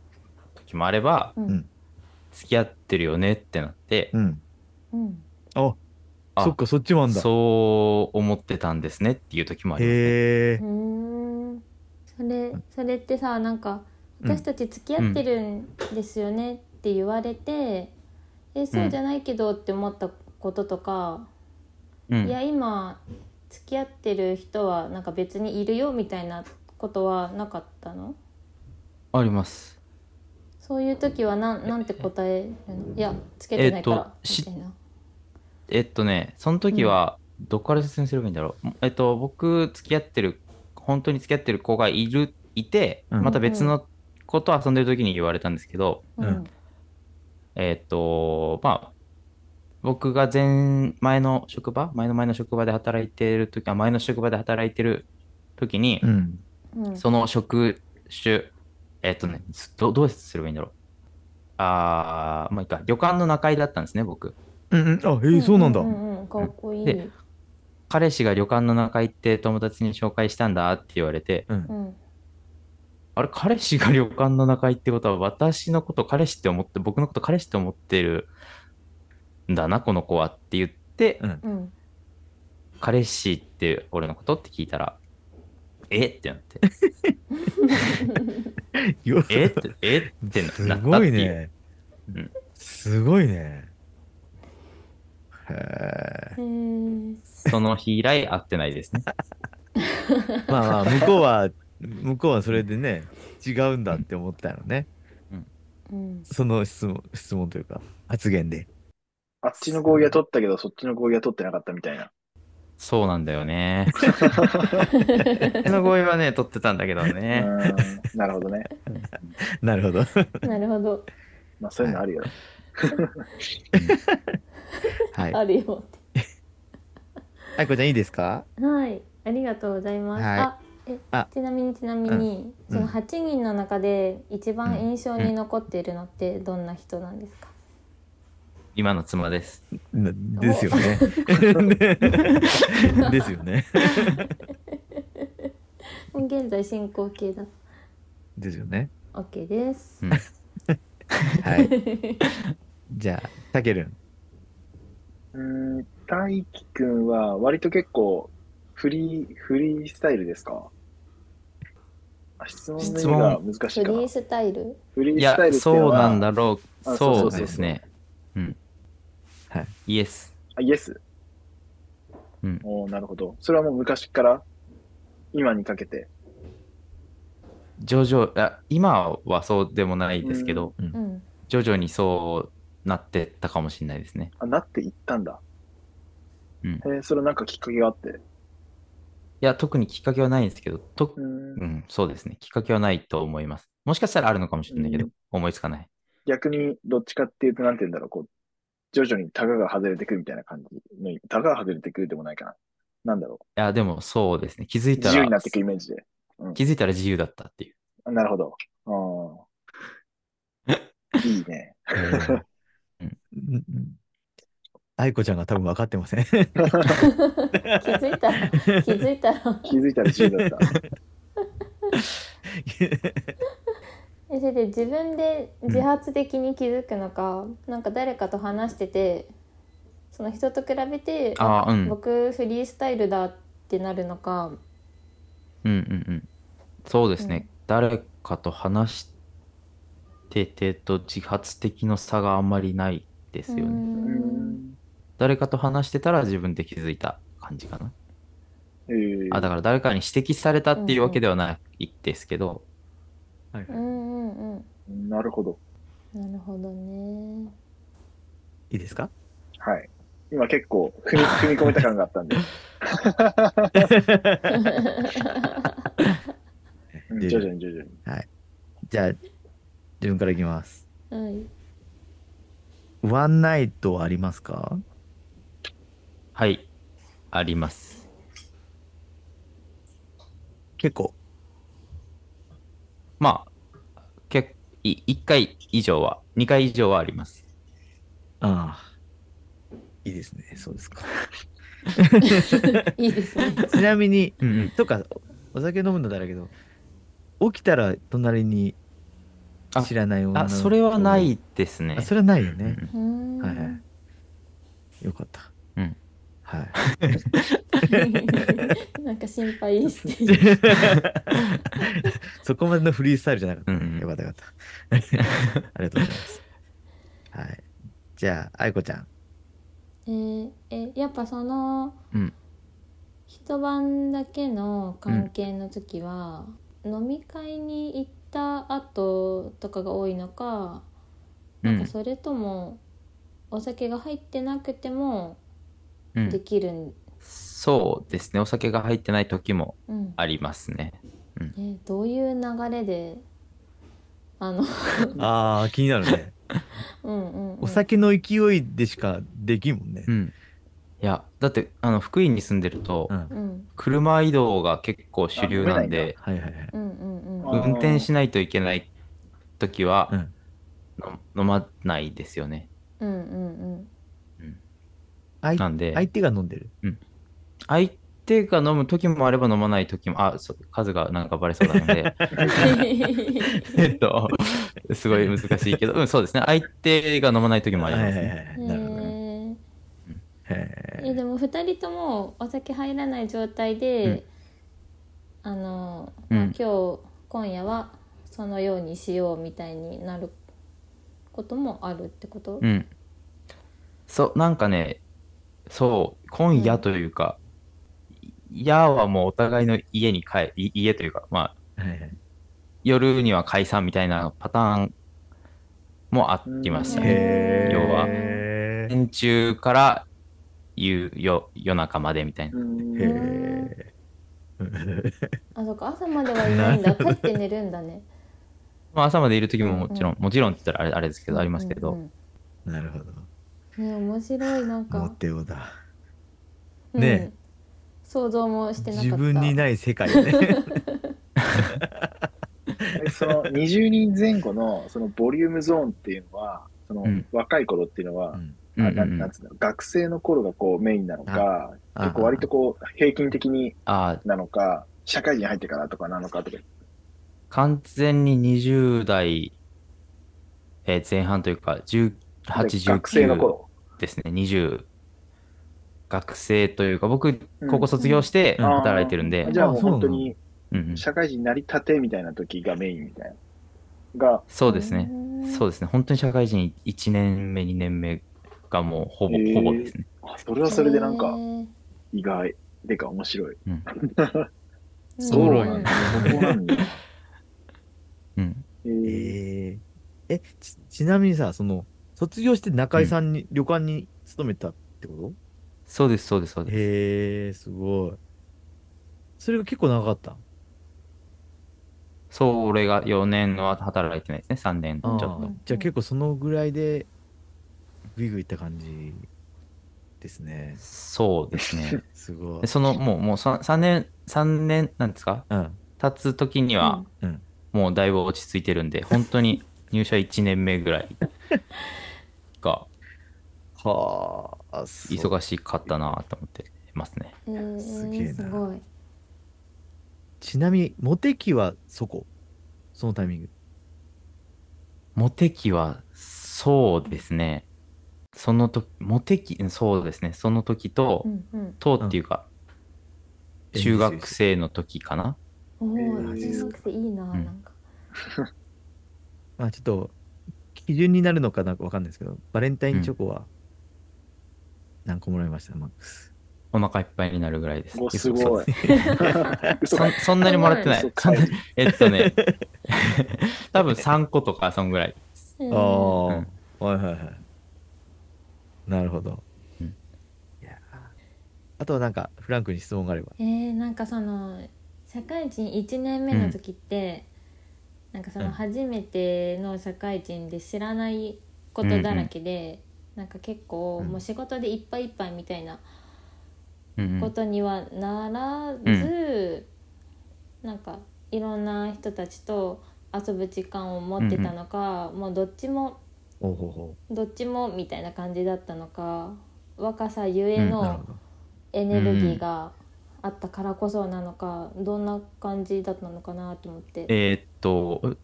S4: 時もあれば、
S6: うん
S3: うん
S4: 付き合ってるよねってなって、
S3: うん。
S6: うん
S3: あ、
S4: あ
S3: そっか、そっちもあんだ。
S4: そう思ってたんですねっていう時もあります、ね。
S3: へえ
S6: う。んうーんそれそれってさなんか私たち付き合ってるんですよねって言われて、えそうじゃないけどって思ったこととか、
S4: う
S6: い
S4: ん
S6: や今付き合ってる人はなんか別にいるよみたいなことはなかったの
S4: あります。
S6: そういう時はなんなんて答えるのいやつけてないから
S4: えっとし
S6: みたいな、
S4: えっとね、その時は、どこから説明すればいいんだろう。えっと、僕、付き合ってる、本当に付き合ってる子がいる、いて、
S3: うん
S4: また別の子と遊んでる時に言われたんですけど、
S3: うん
S4: えーっと、まあ、僕が前、前の職場、前の前の職場で働いてる時あ、前の職場で働いてる時に
S3: う、ん。
S6: うん
S4: その職種、えーっとね、すどどうすればいいんだろう。あー、まあいいか、旅館の中居だったんですね、僕。
S3: うんうん。あ、ええ、そうなんだ。
S6: んうんうんかっこいい、
S4: で彼氏が旅館の中居って友達に紹介したんだって言われて、
S3: うん
S6: う。ん、
S4: あれ、彼氏が旅館の中居ってことは、私のこと彼氏って思って、僕のこと彼氏って思ってるんだな、この子はって言って、
S6: うん、
S4: 彼氏って俺のことって聞いたら、えってなって、
S3: よ
S4: えって、えってなったっていう。
S3: すごいねすご
S4: うん。
S3: いね。へえ。
S6: へー
S4: その日以来会ってないですね。
S3: まあまあ、向こうは、 向こうはそれでね、違うんだって思ったのね。
S6: うん
S3: その質問、質問というか、発言で。
S5: あっちの合意は取ったけど、そっちの合意は取ってなかったみたいな。
S4: そうなんだよ ね。手の合意はね、取ってたんだけど
S5: う
S4: ね。
S5: ーんなるほどね。
S3: なるほど。
S6: なるほど、
S5: まあそういうのあるよ。
S3: はい。
S6: あるよっ
S3: あいこちゃんいいですか
S6: てはいありがとうございます、
S3: はい
S6: あえ
S3: あ
S6: ちなみにちなみに、
S3: うん
S6: その
S3: うん
S6: 8人の中で一番印象に残っているのってどんな人なんですか、
S4: 今の妻です。
S3: なですよね。 でですよね。
S6: もう現在進行形だ
S3: ですよね。
S6: OK です
S4: うん
S3: はい。じゃあ、たけるん。
S5: うーん、大輝くんは割と結構フリー、フリースタイルですかあ質問の意味が難し
S6: フ
S5: い
S6: リ
S5: かな
S6: ー。スタイル
S5: フリー
S4: い
S5: ス
S4: や
S5: タイル、っていう
S4: そ
S5: の
S4: う
S5: は、
S4: なんだろ
S5: あ
S4: う。
S5: そうそ
S4: そ
S5: うそう
S4: うですね。うん。
S3: はい
S4: イエス。
S5: あイエス。
S4: うん
S5: おーなるほど。それはもう昔から今にかけて。
S4: 徐々、あ今はそうでもないですけど、
S6: うん
S4: 徐々にそうなってったかもしれないですね。
S5: あ、なっていったんだ。
S4: うん。
S5: えーそれなんかきっかけがあって。
S4: いや、特にきっかけはないんですけど、と、
S5: うん
S4: うん、そうですね。きっかけはないと思います。もしかしたらあるのかもしれないけど、思いつかない。
S5: 逆にどっちかっていうと、なんて言うんだろう、こう、徐々にタガが外れてくみたいな感じの、タガが外れてくでもないかな。なんだろ
S4: いや、でもそうですね。気づ
S5: う。
S4: いた
S5: 自由にな
S4: ら
S5: ってい、くイメージで。
S4: 気づいたら自由だったっていう。
S5: あなるほど。あ ーいいね。
S3: うんうん愛子ちゃんが多分分かってません。
S6: 気づいたら、気づいたら。
S5: 気づいたら自由 だった。
S6: えそれで自分で自発的に気づくのか、なんか誰かと話してて、その人と比べて、
S4: ああ、うん。
S6: 僕フリースタイルだってなるのか、
S4: うんうんうん。そうです
S6: うん
S4: ね。誰かと話しててと自発的の差があんまりないですよ
S6: うー
S4: ね。
S5: うんん。
S4: 誰かと話してたら自分で気づいた感じかな。
S5: えー
S4: あ、だから誰かに指摘されたっていうわけではないですけど、
S3: はいは
S6: う
S3: い
S6: んうんうん
S5: なるほど。
S6: なるほどね
S3: いいですか
S5: はい。今結構 踏み踏み込めた感があったんで、うん
S3: で
S5: 徐々に徐々に。
S3: じゃあ、自分からいきます。
S6: はい
S3: ワンナイトはありますか
S4: はい、あります。
S3: 結構。
S4: まあ、けい1回以上は、2回以上はあります。
S3: ああ。いいですね。そうですか。
S6: いいですね
S3: ちなみに、
S4: うんうん。
S3: とか、お酒飲むのだけど、起きたら隣に
S4: あ
S3: 知らない女の
S4: あ、
S3: 子
S4: それはな。いですね
S3: あ、。それはないよ
S4: うんう
S3: ね。
S4: ん
S6: うーん
S3: はいはい。よかった。
S4: うん。
S3: はい。
S6: なんか心配している
S3: そこまでのフリースタイルじゃなかったね。
S4: うんうん
S3: よかった よかった。ありがとうございます。はい。じゃあ、愛子ちゃん。
S6: えーえやっぱその、
S4: うん
S6: 一晩だけの関係の時は、飲み会に行った後とかが多いのか、
S4: う
S6: なん
S4: ん
S6: かそれともお酒が入ってなくても
S4: う
S6: で
S4: ん、
S6: きるん、
S4: そうですね。お酒が入ってない時も
S6: うん
S4: ありますね。
S6: えーどういう流れであの
S3: ああ、気になるね。
S6: うんうん、うん、
S3: お酒の勢いでしかできんもんね
S4: う。ん。いや、だって、あの、福井に住んでると
S3: う、ん。
S6: うん
S4: 車移動が結構主流なんで、
S3: はいはいはい。
S6: うんうん
S5: あ飲めないんだ
S6: うん
S4: 運転しないといけない時は、
S3: うん
S4: の飲まないですよね。
S6: うんうん
S3: あい
S4: なんで、
S3: 相手が飲んでる。
S4: 相手が飲む時もあれば飲まない時も、あ、そう数がなんかバレそうなので、 えっと、すごい難しいけど、うん、そうですね。相手が飲まない時も
S3: は
S4: あ
S3: い
S4: り
S3: は
S4: ま
S3: い
S4: す
S3: はい
S4: ね。
S3: はい。
S6: うん
S3: なるほどね。
S6: えー
S3: へ
S6: えでも2人ともお酒入らない状態で、あの、
S4: うん
S6: まあ今日今夜はそのようにしようみたいになることもあるってこと、
S4: うん。そう、なんかね、そう、今夜というか、夜はもうお互いの家に帰、い家というか、ま
S3: え
S4: あ、
S3: はいはい
S4: 夜には解散みたいなパターンもありました
S6: うん
S4: ね。
S3: へー
S4: 要は
S3: へ
S4: 午前中から夕夜夜中までみたいな。
S5: うん
S6: へ
S3: え。
S6: あそっか朝まではいないんだ帰って寝るんだね
S4: まあ、朝までいる時ももちろん、もちろんって言ったらあれあれですけど、ありますけど、
S6: うんうん
S3: なるほど。
S6: ね面白いなんか
S3: モテ男だ。ね
S6: うん想像もしてなかっ
S3: 自
S6: た
S3: 分にない世界 ね。
S5: えその20人前後のそのボリュームゾーンっていうのは、その
S4: うん
S5: 若い頃っていうのは、
S4: うん
S5: あ
S4: うん
S5: な
S4: うん
S5: なんつうの学生の頃がこうメインなのか、
S3: あ
S5: 結構割とこう平均的に
S4: あ
S5: なのか、社会人入ってからとかなのかとか。
S4: 完全に20代、えー前半というか、18、
S5: 学生の
S4: 19
S5: 頃。
S4: ですね、20。学生というか、僕、
S5: うん
S4: 高校卒業して
S3: うん
S4: 働いてるんで、
S5: じゃあも
S3: あ
S5: う
S3: そうな
S5: 本
S3: の
S5: 当に
S4: うんうん
S5: 社会人になりたてみたいな時がメインみたいな。が、
S4: そうですね。
S6: そ
S4: そうですね、本当に社会人1年目、2年目がもうほぼ、
S5: へー
S4: ほぼですね。
S5: あそれはそれでなんか意外でか面白い。
S3: そう
S5: な
S3: なんん
S5: だ
S3: だ。
S5: そうなん だ。
S4: うん、
S5: えー
S3: えーえち、ちなみにさ、その、卒業して中井さんに、旅館に勤めたってこと
S4: そうです、そうです、そうです。
S3: へえ、すごい。それが結構長かった。
S4: それが4年は働いてないですね、3年ちょっ
S3: あ
S4: と
S3: ー。じゃあ結構そのぐらいで、グイグイいった感じですね。
S4: そうですね。
S3: すごい
S4: で。その、もう、もうさ3年、3年、なんですか
S3: うん。
S4: 経つ時には、
S3: うん
S4: もうだいぶ落ち着いてるんで、本当に入社1年目ぐらいが
S3: はあ、そう
S4: 忙しかったなと思ってますね。
S6: えー、
S3: すげえな
S6: すごい。
S3: ちなみに、モテ期はそこ。そのタイミング。
S4: モテ期は、そうですね。そのとモテ期、うんそうですね。その時と
S6: う、んうん。
S4: とっていうか、
S3: うん
S4: 中学生の時かな。
S6: お
S5: え
S6: お、
S5: ー
S6: 中学生いいな、
S4: ん
S6: なんか。
S3: まあちょっと、基準になるのかなんかわかんないですけど、バレンタインチョコは何個もらいました、マックス。
S4: お腹いっぱいになるぐらいです。
S5: おす
S4: そう
S5: ごい
S4: です。。そ
S5: 嘘か
S4: んそんなにもら ってな
S5: 嘘
S4: い。
S5: かい
S4: えっとね、多分3個とか、そんぐらい。
S6: えー
S3: ああ、
S4: う
S3: は
S4: ん
S3: いはいはい。なるほど。
S4: うん
S3: いやーあとはなんか、フランクに質問があれば。
S6: えー、なんかその社会人1年目の時って、なんかそ
S3: うん
S6: の初めての社会人で知らないことだらけで、なんか結構
S3: うん
S6: もう仕事でいっぱいいっぱいみたいな
S4: うんうん
S6: ことにはならず、なんかいろんな人たちと遊ぶ時間を持ってたのか、もうどっちも
S3: ほうほうほ
S6: どっちもみたいな感じだったのか若さゆえ
S3: う。なる
S4: うん
S6: の
S3: ほど。
S6: エネルギーがあったからこそなのか、どんな感じだったのかなと思って。
S4: えーっと、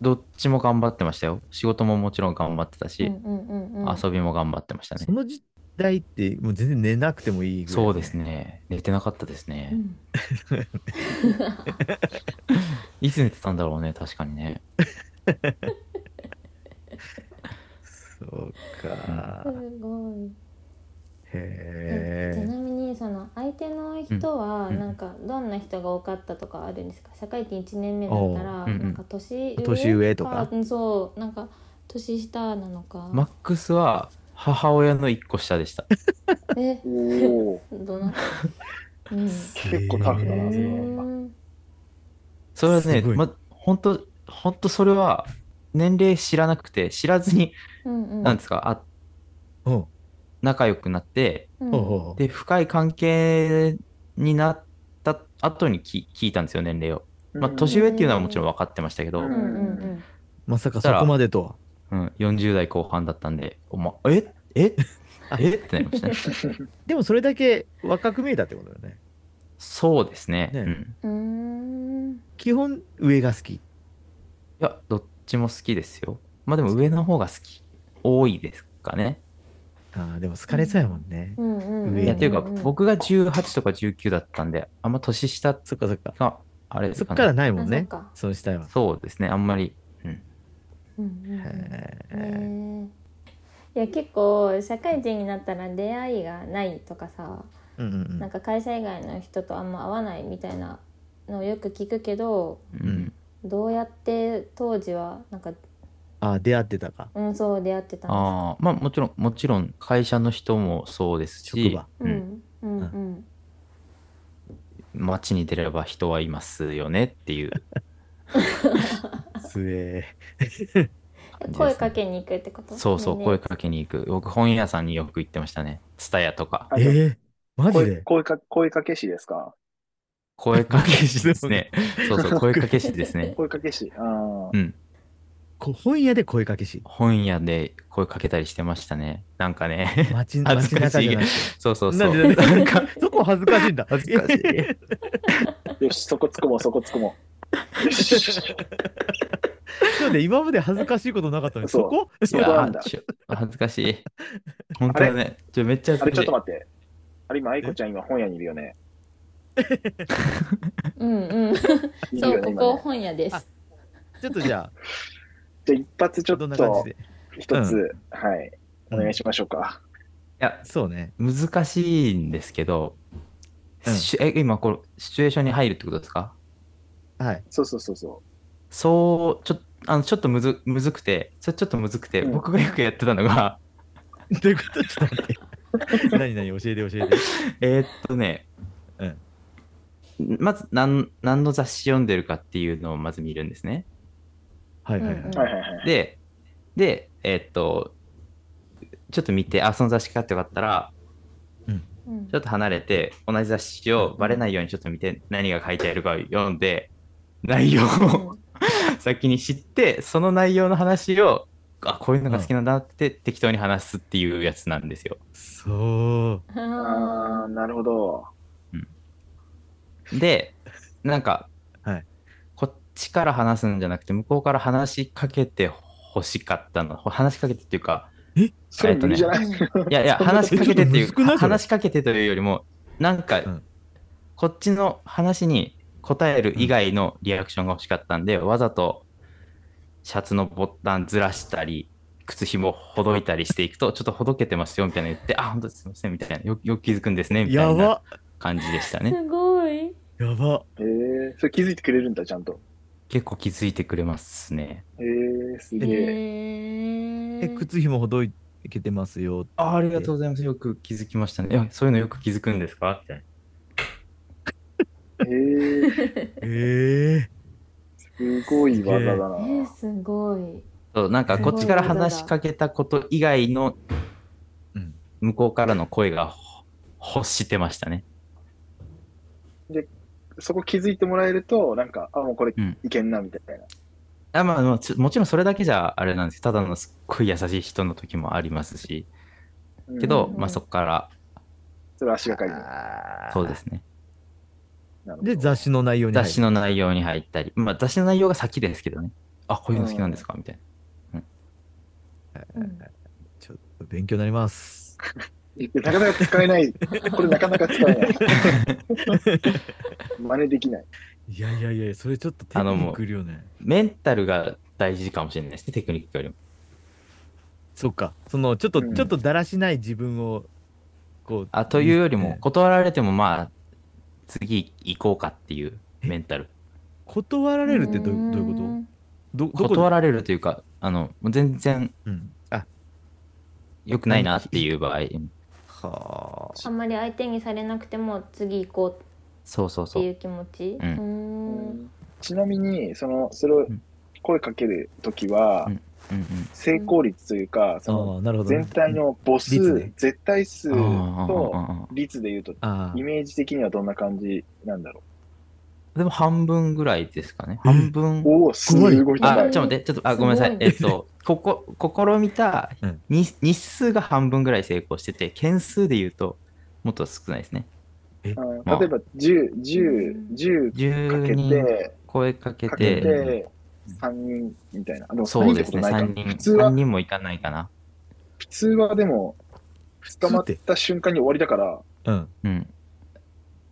S4: どっちも頑張ってましたよ。仕事ももちろん頑張ってたし、
S6: うんうんうんうん、
S4: 遊びも頑張ってましたね
S3: そ。の時代って、もう全然寝なくてもいいぐらい。
S4: そうです。ね。寝てなかったですね。
S6: うん
S4: いつ寝てたんだろうね、確かにね。
S3: そうか。
S6: すごいち
S3: へ
S6: なみにその相手の人は
S4: うん
S6: なんかどんな人が多かったとかあるんですか、社会人1年目だったら
S4: おううんうん
S6: なんか年上
S3: 年上とか
S6: うんそうなんか年下なのか、
S4: マックスは母親の一個下でした。
S6: え
S5: おお。
S6: どな うん
S3: え。
S5: 結構タフだなそれは
S6: うん
S4: それはね、
S3: すごい
S4: ま、本当本当それは年齢知らなくて、知らずに、
S6: うん
S4: なんですか、あ
S3: うん。ほ
S4: 仲良くなって、
S6: うん
S3: うほう。
S4: で、深い関係になった後にき聞いたんですよ、年齢を。まあ、年上っていうのはもちろん分かってましたけど、
S5: う
S6: うんうんうん
S3: まさかそこまでとは。
S4: うん、40代後半だったんで、おま、ええ えってなりましたね。
S3: でもそれだけ若く見えたってことだよね。
S4: そうですね。
S3: ね
S4: うん、
S6: うーん
S3: 基本、上が好き。
S4: いや、どっちも好きですよ。まあでも上の方が好き。多いですかね。
S3: ああ、でも好かれそうやもんね。
S6: うんうんうんうん
S4: いや、というか、
S6: んん
S4: 僕が18とか19だったんで、あんま年下
S3: そっかそっか。
S4: が、あれです
S3: そっ
S4: か
S3: から
S4: ね。
S3: ないもん
S6: あそ
S3: ね
S6: っ。か
S3: その下は。
S4: そうですね、あんまり。
S6: うんうんうん
S3: へえ。
S6: ねえいや結構社会人になったら出会いがないとかさ、
S3: うんうん
S6: なんか会社以外の人とあんま会わないみたいなのをよく聞くけど
S4: うん。
S6: どうやって当時はなんか
S3: ああ、出会ってたか。
S6: うんそう出会ってたん
S4: ああ、まあもちろん、もちろん会社の人もそうです
S3: 職場。、
S4: し
S6: ですかうんうんうん
S4: 街に出れば人はいますよねっていう
S3: すえ
S4: 感じですね、
S6: え声かけに行くってこと
S4: そうそう、
S6: ね
S4: 声かけに行く。僕、本屋さんによく行ってましたね。スタヤとか。
S3: ー。ええ。マジ
S5: 声
S3: で
S5: 声か声かけ師ですか
S4: 声かけ師ですね。 そうそう、声かけ師です ね。
S5: 声かけ師。あ
S4: うん。
S3: こ本屋で声かけし。
S4: 本屋で声かけたりしてましたね。なんかね。
S3: 街
S4: 恥
S3: 街
S4: ずか
S3: 中
S4: し
S3: じ
S4: い
S3: ゃなく。
S4: そうそうそ
S3: なんで
S4: う。
S3: なんか、 そこ恥ずかしいんだ。
S4: 恥ずかし い。
S5: あ。よし、そこつくも、そこつくも。よし。
S3: そうで今まで恥ずかしいことなかったのに、
S5: そ
S3: そ
S5: う
S3: こ
S4: い
S5: そこな
S4: や
S5: んだ
S4: ちょ恥ずかしい。本当だね。ちょめっちゃ
S5: あ
S4: 恥
S5: れ、
S4: ず
S5: ちょ
S4: か
S5: っ
S4: しい
S5: と。待って。あれ、今、愛子ちゃん、今、本屋にいるよね。
S6: うんうん
S5: いる
S6: そ
S5: よね、
S6: うこ
S5: 今
S6: こ
S5: ね。
S6: 本屋です
S3: ちょっとじゃ
S5: じゃあ一発ちょ
S3: あ、
S5: っ
S3: どんな感
S5: と
S3: じ、で。
S5: 一つ、はい、お願いしましょうか。
S4: いや、
S3: そうね。
S4: 難しいんですけど、
S3: うん
S4: しえ今これ、シチュエーションに入るってことですか
S3: はい。
S5: そうそうそうそ
S4: そう、ちょあのちょっとむずむずくて、それちょっとむずくて、
S5: うん
S4: 僕がよくやってたのが、
S3: どういうことちょっと待って。 何何教えて教えて。
S4: えーっとね、
S3: うん
S4: まず何何の雑誌読んでるかっていうのをまず見るんですね。
S3: はいはいはい。
S6: うんうん
S5: はいはいはい。
S4: で、で、えーっと、ちょっと見て、あ、その雑誌買ってよかったら、
S6: うん
S4: ちょっと離れて、同じ雑誌をバレないようにちょっと見て、何が書いてあるかを読んで、内容を先に知って、その内容の話を、あ、こういうのが好きなんだって適当に話すっていうやつなんですよ。
S3: そう。
S5: ああ、なるほど。
S4: で、なんか、
S3: はい
S4: こっちから話すんじゃなくて、向こうから話しかけて欲しかったの。ほ話しかけてっていうか、
S5: それ無理じゃない、
S4: いやいや、
S5: そんな
S4: 話しかけてってい
S3: ちょっと薄くな
S4: う、
S3: いそれ
S4: 話しかけてというよりも、なんか、
S3: うん
S4: こっちの話に答える以外のリアクションが欲しかったんで、わざとシャツのボタンずらしたり、靴紐ほどいたりしていくと、ちょっとほどけてますよみたいな言って、あ、本当すみませんみたいな、よよく気づくんですねみた
S3: や
S4: いな
S3: ば。
S4: 感じでしたね。
S6: すごい。
S3: やば。
S5: えー、それ気づいてくれるんだ、ちゃんと。
S4: 結構気づいてくれますね。
S5: えー、すげえ。
S3: え、
S6: え
S3: 靴ひもほどいてますよ。
S4: あありがとうございます。よく気づきましたね。いやそういうのよく気づくんですかみたいな。
S5: えー、
S3: ええ
S5: すごい技だな。
S6: えすごい。
S4: そうなんか
S6: すご
S4: こ
S6: い
S4: っちから話しかけたこと以外の
S3: うん
S4: 向こうからの声がほ欲してましたね。
S5: そこ気づいてもらえると、なんか、あ、もうこれ
S4: うん
S5: いけんな、みたいな。
S4: あまあ、まあちょもちろんそれだけじゃあれなんですただのすっごい優しい人の時もありますし、
S5: うん
S4: けど、
S6: うん
S4: まあそこから、
S5: それは足がかりに
S4: そうですね。
S5: なるほど
S3: で、雑誌の内容に入る。
S4: 雑誌の内容に入ったり、まあ雑誌の内容が先ですけどね。あ、こういうの好きなんですかみたいな。
S6: うん
S3: ちょっと勉強になります。
S5: いやなかなか使えない。これなかなか使えない。真似できない。
S3: いやいやいや、それちょっとテ
S4: あ
S3: ク
S4: の
S3: ニ
S4: もう
S3: ックいるよね。
S4: メンタルが大事かもしれないですね、テクニックよりも。
S3: そうか。その、ちょっと、
S5: うん
S3: ちょっとだらしない自分を、こう。
S4: あというよりも
S3: ね、
S4: 断られてもまあ、次行こうかっていうメンタル。
S3: 断られるってどうどういうこと
S6: う
S3: ど、どこで
S4: 断られるというか、あの、もう全然
S3: うん。あ、
S4: 良くないなっていう場合。
S3: は
S6: あんまり相手にされなくても次行こう
S4: そうそう
S6: っ
S4: そ。
S6: ていうう気持ち。
S4: う
S6: うん。
S5: ちなみに、その、それを
S4: ん
S5: 声かけるときは、
S4: うんうん。
S5: 成功率というか、その、
S3: ああ、なるほどね。
S5: 全体の母
S3: 率
S5: 数
S3: ね、
S5: 絶対数
S4: あーあ
S5: と
S4: ーあ
S5: 率で言うと、
S3: あ
S5: イメージ的にはどんな感じなんだろ
S4: ーでも半分ぐらいですかね。半分
S5: う。。おお、す
S3: ごい
S5: ごい
S4: あ、ち
S5: 高
S4: ょ
S5: い
S4: っ。と待って、ちょっと、あ、ごめんなさい
S6: す。ごい
S4: えっと、ここ、試みた
S3: うん
S4: に日数が半分ぐらい成功してて、件数で言うと、もっと少ないですね。
S5: うん
S4: まあ
S5: 例えば、10、10、10かけ
S4: 10人
S5: て、
S4: 声かけ
S5: かけ
S4: て、
S5: て、3人みたいな。でも
S4: そう
S5: 3人って
S4: で
S5: こ
S4: す
S5: と
S4: ね、
S5: ない
S4: 3
S5: かな。普
S4: 人、3
S5: 通は、
S4: 人もいかないかな。
S5: 普通はでも、捕まっ
S3: 普通って
S5: た瞬間に終わりだから、
S3: うん。
S4: うん。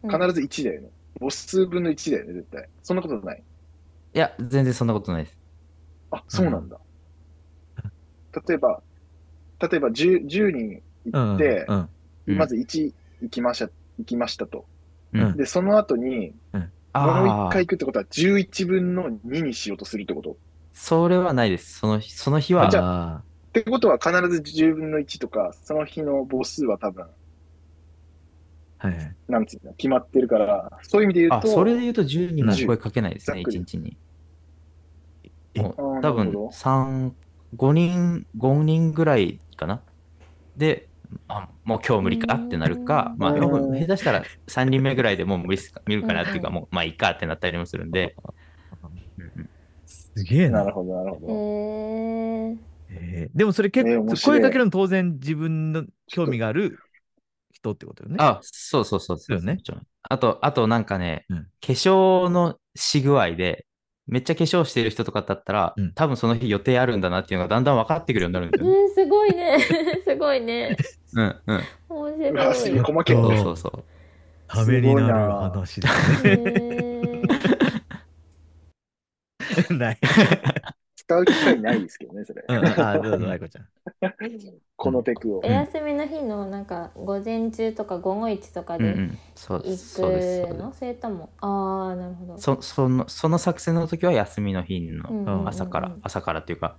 S5: 必ず1だよね。母数分の1だよね、絶対。そんなことない。
S4: いや、全然そんなことないです。
S5: あ、そうなんだ。例えば、例えば 10, 10人行って
S3: う、ん。
S4: うん
S5: まず1行きました、行きましたと。
S4: うん
S5: で、その後に、もう
S4: あ
S5: 1
S4: あ
S5: 回、行くってことは11分の2にしようとするってこと。
S4: それはないです。その日、その日
S5: あ
S4: は
S5: じ、
S3: ゃあ
S5: ってことは必ず10分の1とか、その日の母数は多分、
S3: ー、はいはい。
S5: なんつうの、決まってるから、そういう意味で言う
S4: あ、
S5: と、
S4: それで言うと10人も声かけないですね、
S5: ざっくり
S4: 1日に。
S3: え
S4: もう多
S5: あーな
S4: 分
S5: るほど
S4: 3、5人、5人ぐらいかな。で、あもう今日無理かってなるか、
S6: うん
S4: まあ、多
S5: う
S4: 分
S5: ん
S4: 下手したら3人目ぐらいでもう無理っすか見るからっていうか、
S6: うん
S4: もうまあいいかってなったりもするんで、
S3: すげえ
S5: な
S3: な
S5: る。ほど、なるほ
S6: へ
S5: ど。
S6: え。
S3: えーでもそれ結
S5: えー
S3: 構、
S5: 面白い
S3: 声かけるの当然自分の興味がある人ってことよね。
S4: あ、そうそうそうそ
S3: そ
S4: う
S3: うよね。
S4: あと、あとなんかね、
S3: うん
S4: 化粧のし具合で、めっちゃ化粧してる人とかだったら、
S3: うん
S4: 多分その日予定あるんだなっていうのがだんだん分かってくるようになるんですよね。
S6: ねすごいね。 すごいね。
S4: うんうん。
S6: 面
S5: うわ、す
S6: 白
S5: げえ、
S6: い。
S5: 細けえ。
S3: うん
S4: そうそうそう。
S3: ためになる話だ
S6: へ
S3: ね。
S6: ー
S3: ない。
S5: 使う機会ないですけどね、それ。
S3: うん、あ、どうぞ、愛子ちゃん。
S5: このテクを
S6: お。休みの日のなんか午前中とか午後一とか
S4: うんう
S6: で
S4: ん。そう
S6: 行
S4: そう
S6: くの、
S4: です。そうです
S6: それともああなるほど。
S4: そそのその作戦の時は休みの日の
S6: うんうんうん
S4: 朝から、朝からっていうか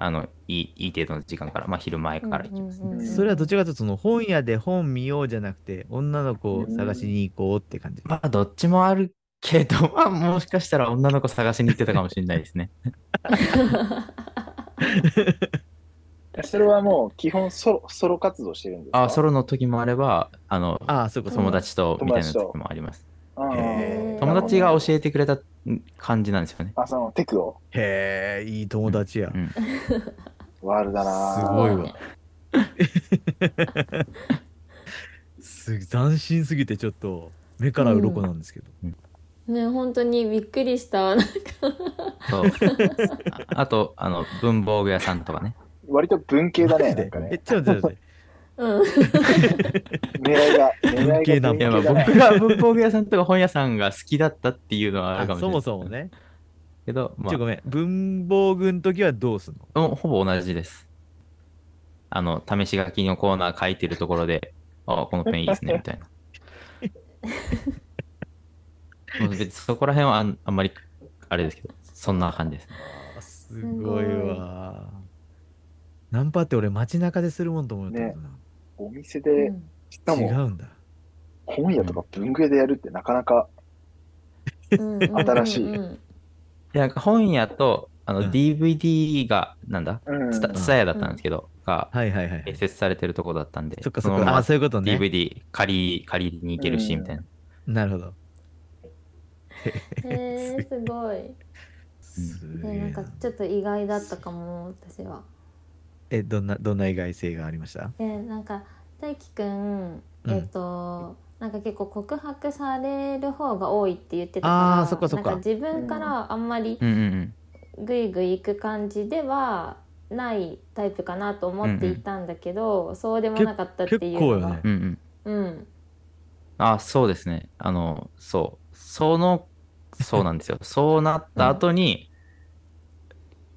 S4: あのいいいい程度の時間から、まあ、昼前から行きます、
S6: うんうんうん
S3: それはどちらか というとその本屋で本見ようじゃなくて女の子を探しに行こうって感じ。
S4: まあどっちもあるけど、 まあ、もしかしたら女の子探しに行ってたかもしれないですね
S5: それはもう基本ソロソロ活動してるんですか
S4: あソロの時もあればあの
S3: ああ、そういうこと
S4: 友達とみたいな時もあります
S5: あー
S2: へー
S4: 友達が教えてくれた感じなんですよね、
S5: あ、そのテクを。
S3: へえ、いい友達や
S4: う。ん、
S5: ワールだな
S3: す
S5: ぁ
S3: ごいわ。す斬新すぎてちょっと目から鱗なんですけど。
S6: ね本当にびっくりしたなんか
S4: そうああとあの文房具屋さんとかね
S5: 割と文系だ
S3: マ
S5: ね、
S3: ジ
S5: な
S3: で
S5: んか
S3: え、
S5: ね。
S3: ちょっと待って
S6: うん
S5: 狙いが、狙
S3: 文系
S5: い
S3: なん
S5: が文
S4: い
S5: 系
S4: やまあ僕
S5: だね。
S4: が文房具屋さんとか本屋さんが好きだったっていうのはあるかもし
S3: そ
S4: れない
S3: もそもね。
S4: けど、ま
S3: ちょ、ごめん。文房具の時はどうすんの
S4: あ、もうほぼ同じですあの試し書きのコーナー書いてるところであこのペンいいですねみたい なもう別にそこら辺はあんあんまりあれですけどそんな感じです
S3: あすごいわ。ナンパって俺街中でするもんと思ったけどな。
S5: お店で、しか
S3: 違
S5: も
S3: うんだ。
S5: 本屋とか文系でやるってなかなか、
S6: うんうん
S5: 新しい
S6: うんうん
S4: いやなんか本屋とあ
S3: うん
S4: の DVD が、なんだ
S5: うん。
S4: ツタツタヤだったんですけど、が
S3: はいはいはい。
S4: 併設されてるとこだったんで、
S3: そっかそっ
S4: のま
S3: か。
S4: ま
S3: あ、そういうことね。
S4: DVD 借り借りに行けるし、みたいな。
S3: なるほど。
S6: へえすごい
S3: すげ
S6: ね
S3: え
S6: なん
S3: な
S6: かちょっと意外だったかも私は
S3: え、どんな、どんな意外性がありました
S6: でなんか大輝くん
S3: うん
S6: えっ、と、なんか結構告白される方が多いって言ってたか
S3: あー
S6: ら
S3: そっかそっか
S6: なんか自分からあんまり
S4: うんうんうん。
S6: グイグイ行く感じではないタイプかなと思っていたんだけど、そうでもなかったって
S3: 結
S6: いう
S3: 構
S6: の
S3: よ
S6: が
S3: ね。
S4: うんうん。
S6: うん
S4: あ、そうですね。あの、そう。その、そうなんですよ。そうなった後に、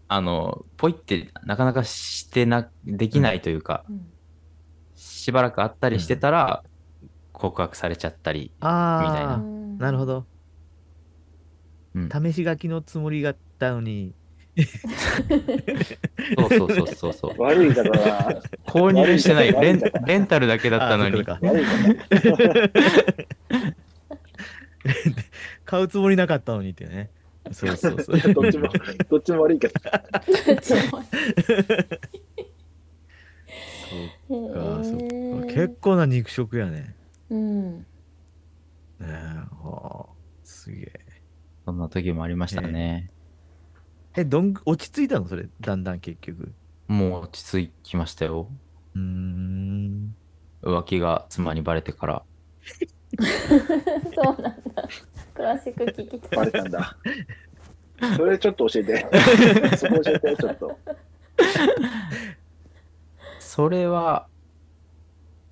S4: あの、ポイってなかなかしてな、できないというか、
S6: うん
S4: しばらくあったりしてたら、告白されちゃったり、みたい
S3: あ
S4: な
S3: あ、なるほど。
S4: うん
S3: 試し書きのつもりがあったのに、
S4: そうそうそうそうそう。
S5: 悪いだから、
S4: 購入してないよレ
S5: 悪い
S4: ン
S5: んだから
S4: レンタルだけだったの
S3: あーそうい
S4: に
S3: うこ。とか
S5: 悪いだから。
S3: 買うつもりなかったのにっていうね。そう そうそう。
S5: どっちも、どっちも悪いけど。
S3: そうかそっか
S6: へえ
S3: 結構な肉食やね。
S6: うん
S3: ねえはあ、すげえ。
S4: そんな時もありましたね。
S3: え、どんぐ、落ち着いたのそれ、だんだん結局。
S4: もう落ち着きましたよ。
S3: うーん。
S4: 浮気が妻にバレてから。
S6: そうなんだ詳しく聞きた
S5: バ レ
S6: い
S5: た んだ。それちょっと教えて。そこ教えて、ちょっと。
S4: それは、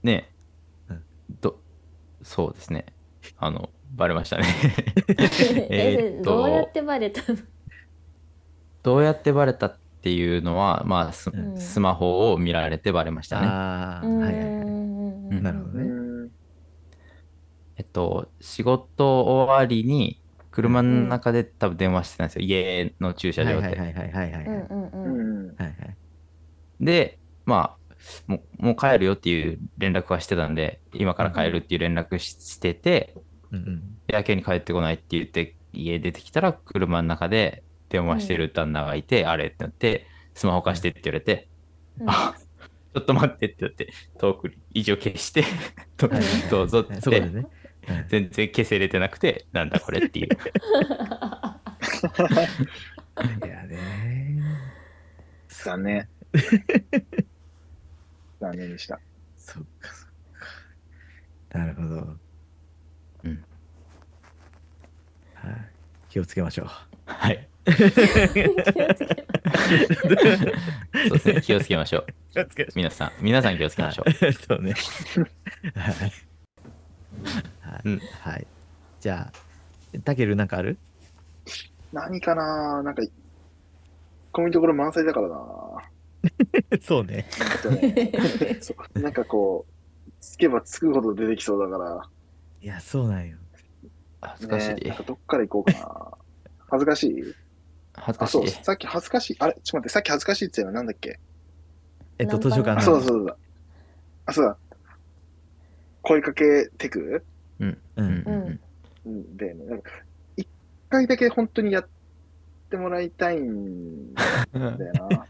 S4: ね
S3: うん、
S4: ど、そうですね。あの、バレましたね。
S6: え
S4: えーっと
S6: どうやってバレたの
S4: どうやってバレたっていうのは、まあ、ス
S3: うん
S4: スマホを見られてバレましたね。
S3: ああ、はいはいはい。
S6: い
S3: なるほど
S5: う
S3: ね。
S5: ん。
S4: えっと、仕事終わりに、車の中で多分電話してたんですよ。家の駐車
S3: はい
S4: 場
S3: はい
S4: で。
S3: はいはいはいはい。
S6: う
S3: はい
S6: んうんうん
S5: うん。
S3: はい。
S4: で、まあ、もうもう帰るよっていう連絡はしてたんで、今から帰るっていう連絡ししてて、
S3: うんうん。
S4: で、明けに帰ってこないって言って、家出てきたら、車の中で電話してる旦那がいて、あれってなって、スマホ貸してって言われて、
S6: うん
S4: あちょっと待ってって言って、遠くに異常消 して、ど
S3: はいはいはい
S4: どうぞって
S3: ねそこでね。うん
S4: 全然消せれてなくて、なんだこれ っていう。
S3: いやね。
S5: 残念。残念でした。
S3: そっかそっか。なるほど。
S4: うん
S3: はい、気をつけましょう。
S4: はい。 そうですね、気をつけましょう。
S3: 気をつけま
S4: 皆さん、皆さん気をつけましょう。
S3: はい、 そうね。はい。はい
S4: うん
S3: はい。じゃあ、たけるなんかある
S5: 何かななんか、こういうところ満載だから なほ
S3: そうね。
S5: んとねそうなんかこう、つけばつくほど出てきそうだか
S3: いや、そうなんよ。
S4: 恥ず
S5: ら、
S4: かし
S5: ね
S4: い
S5: なん。かどっから行こうかな恥ずかしい
S4: 恥ず
S5: あ、
S4: かし
S5: そう、
S4: い。
S5: さっき恥ずかしい。あれ、ちょっと待って、さっき恥ずかしいって言ったのはなんだっけ
S3: えっと、
S6: ナンパ
S3: 図書館
S5: あ、
S3: の。
S5: そうだそうだ。あ、そうだ。声かけテク
S3: う
S4: うん
S3: ん。
S4: うんうん
S5: うんで、ね、なんか一回だけ本当にやってもらいたいんだ よな。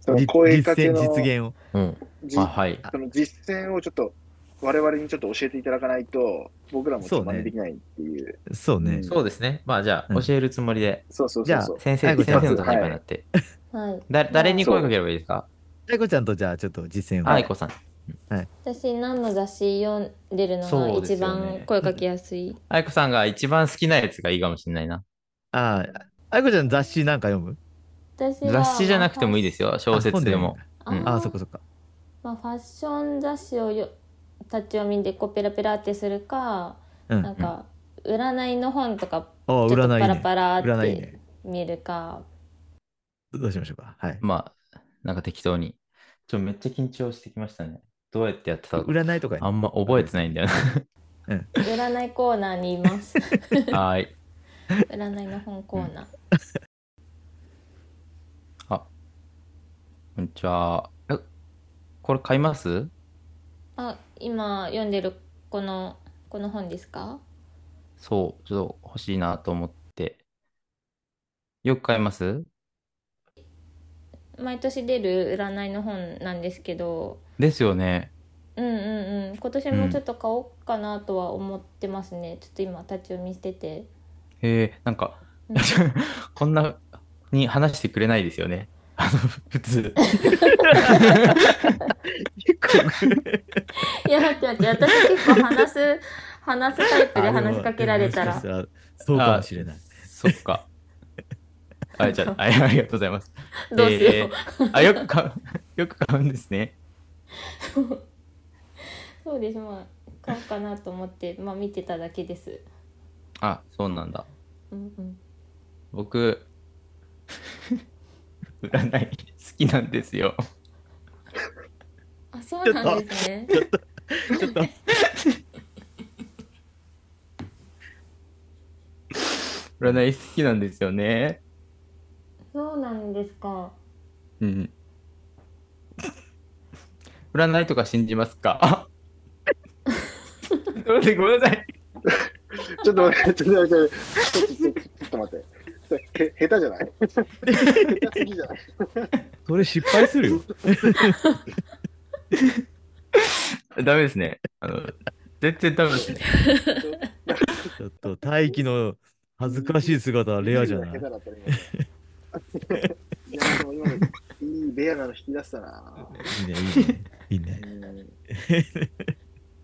S5: その
S3: 実
S5: 声か
S3: 実
S5: け
S3: 践、
S5: の
S3: 実現を。
S4: うん。
S5: じ
S4: あ、はい。
S5: その実践をちょっと我々にちょっと教えていただかないと、僕らもちょっと
S3: そう
S5: 真
S3: ね
S5: 似できないっていう。
S3: そうね。
S4: そうですね。まあじゃ
S3: う
S4: あ、
S3: ん
S4: 教えるつもりで、
S5: そうそう
S3: じ
S5: そ
S3: ゃ
S5: う
S3: あ
S5: そう。
S4: 先生、
S3: はい
S4: 先生の立場になって。
S6: はい
S4: だ誰に声かければいいですか
S3: 愛子ちゃんとじゃあ、ちょっと実践を。
S4: 愛子さん。
S6: 私何の雑誌読んでるのが
S4: そうです
S6: 一
S4: よね
S6: 番声かけやすい
S4: 愛子さんが一番好きなやつがいいかもしれないな。
S3: ああ、愛子ちゃん雑誌なんか読む
S6: 私は
S4: 雑誌じゃなくてもいいですよ。小説でも。。
S6: まあ
S4: うん
S3: あ本読むああ、そっかそっか。
S6: まあ、ファッション雑誌をよ立ち読みでこうペラペラってするか、
S3: うん
S6: なんか占いの本とか
S3: あ
S6: ち
S3: あ、
S6: ょっと
S3: 占い
S6: パ
S3: い
S6: ラ
S3: ね。
S6: パラっ
S3: 占いい
S6: て
S3: ね。
S6: 見るか、
S3: どうしましょうか。はい。
S4: まあ、なんか適当に。ちょ、めっちゃ緊張してきましたね。どうやってやってたか
S3: 占いとか
S4: あんま覚えてないんだよ
S6: 占いコーナーにいます
S4: な。はーい。
S6: 占いの本コーナー、
S4: こんにちは。えこれ買います
S6: あ今読んでるこのこの本ですか
S4: そう、ちょっと欲しいなと思って。よく買います
S6: 毎年出る占いの本なんですけど
S4: ですよね。
S6: うんうんうん今年もちょっと買おうかなとは思ってますね、ちょっと今立ち読みしてて、
S4: へえ、なんか、
S6: うん
S4: こんなに話してくれないですよね。あの、普通。
S6: いや、待って待って、私結構話す、 話すタイプで話しかけられたら。
S3: ら。そうかもしれない。
S4: そっか。あ、じゃあ、あありがとうございます。
S6: どうしよう。
S4: えーあ、よく買う、 よく買うんですね。
S6: そうです、まあ、買おうかなと思って、まあ見てただけです。
S4: あ、そうなんだ。
S6: うんうん。
S4: 僕、 占い好きなんですよ。
S6: あ、そうなんですね。
S3: ちょっと。
S4: 占い好きなんですよね。
S6: そうなんですか。
S4: うん。 占いとか信じますか あごめんなさいごめんなさい。
S5: ちょっと待って、ちょっと待って、ちょっとちょっと待って。それへ下手じゃない下手すぎじゃない
S3: それ失敗するよ。
S4: ダメですね。あの、全然ダメですね。
S3: ちょっと、大輝の恥ずかしい姿 はレアじゃな
S5: 下
S3: い
S5: 手。だったね今い やでも今のいいレアなの引き出し たな。
S3: いいね、いいね。いいね
S5: う。ん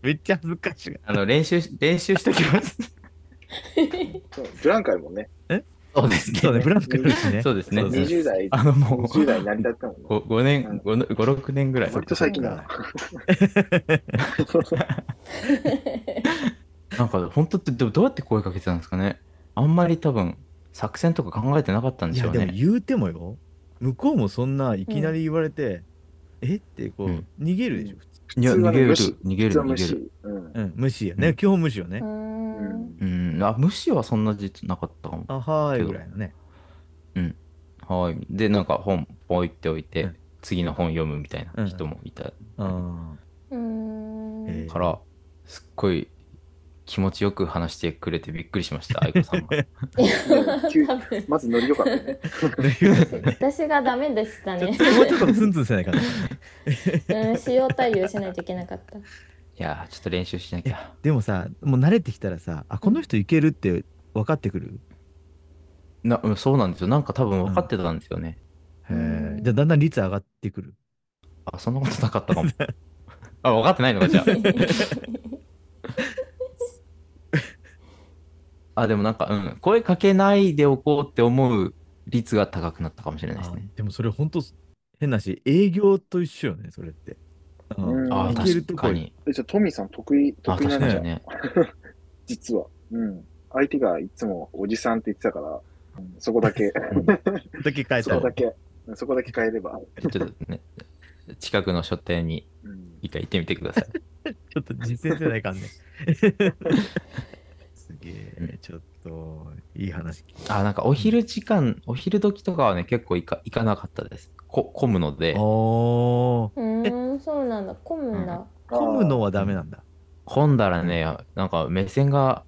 S3: めっちゃ恥ずかしい。
S4: あの、練習し、練習しておきます。
S5: そうブランカやもんね。
S4: そうです
S3: そうね、ブランクあるしね。
S4: そうですね
S3: そ。うそう
S5: 20代、
S4: あの、もう、
S5: 20代になりたったもんね。
S4: ご5年、5、6年ぐらい。
S5: 割と最近だな。
S4: なんか、本当って、でもどうやって声かけてたんですかね。あんまり多分、作戦とか考えてなかったん
S3: い
S4: でしょ
S3: や、
S4: う
S3: でも
S4: ね。
S3: 言うてもよ。向こうもそんないきなり言われて、えってこう、
S4: うん
S3: 逃げるでしょ、普通。
S4: いや、
S5: 普通は
S4: 逃
S5: ね
S4: げる、
S5: 無視
S4: 逃げる、
S5: 実は
S4: 逃
S5: 無
S4: げ
S5: 視
S4: る。。
S5: うん。
S3: うん、無視やね。
S4: うん
S3: 基本無視よね
S6: うー。。
S5: うんん
S4: うん、あ、無視はそんな実なかったかも。
S3: あ、はーい、ぐらいのね。
S4: はい。で、なんか本、置いておいて、
S3: うん
S4: 次の本読むみたいな人もいた
S3: あ
S6: うーん。
S3: えー
S4: から、すっごい気持ちよく話してくれてびっくりしました、愛子さ んが。
S5: 急
S6: 多分
S5: まずノリ良かったよね。
S6: 私がダメでした
S3: ー
S6: ね
S3: ち。ょっともうちょっとツンツンせないかな。
S6: うん、使用対応しないといけなかった。
S4: いやー、ちょっと練習しなきゃ。
S3: でもさ、もう慣れてきたらさ、あ、この人いけるって分かってくる。
S4: なうんそうなんですよ。なんか多分分かってたんですよね。
S3: へ
S6: う
S3: ー
S6: ん
S3: じゃあだんだん率上がってくる。
S4: あ、そんなことなかったかも。 あ、 分かってないのか、じゃあ。あ、でもなんか、うん、声かけないでおこうって思う率が高くなったかもしれないですね。
S3: あでもそれ本当変なし、営業と一緒よね、それって。
S5: うん
S4: あ
S5: あ
S4: あ、
S3: いけるとこ
S4: 確かに。
S5: えじゃあ、トミーさん得意、
S4: あ、
S5: 得意な
S4: 確
S5: ん
S4: か
S5: じゃ
S4: に
S5: ん、
S4: ね。
S5: 実は。うん。相手がいつもおじさんって言ってたから、うんそこだけ、
S3: だけ変え
S5: そ
S3: た
S5: こ
S3: ら
S5: だ。け、うんそこだけ変えれば。
S4: ちょっとね、近くの書店に
S5: うん
S4: 一回行ってみてください。
S3: ちょっと実践せないかんね。すげえ、ちょっそういい話聞い
S4: あ、なんかお昼時間、お昼時とかはね、結構行か行かなかったです。こ混むので
S3: た。、おー。
S6: うーん、そうなんだ。混むんだ。
S3: 混むのはダメなんだ。
S4: 混んだらね、なんか目線が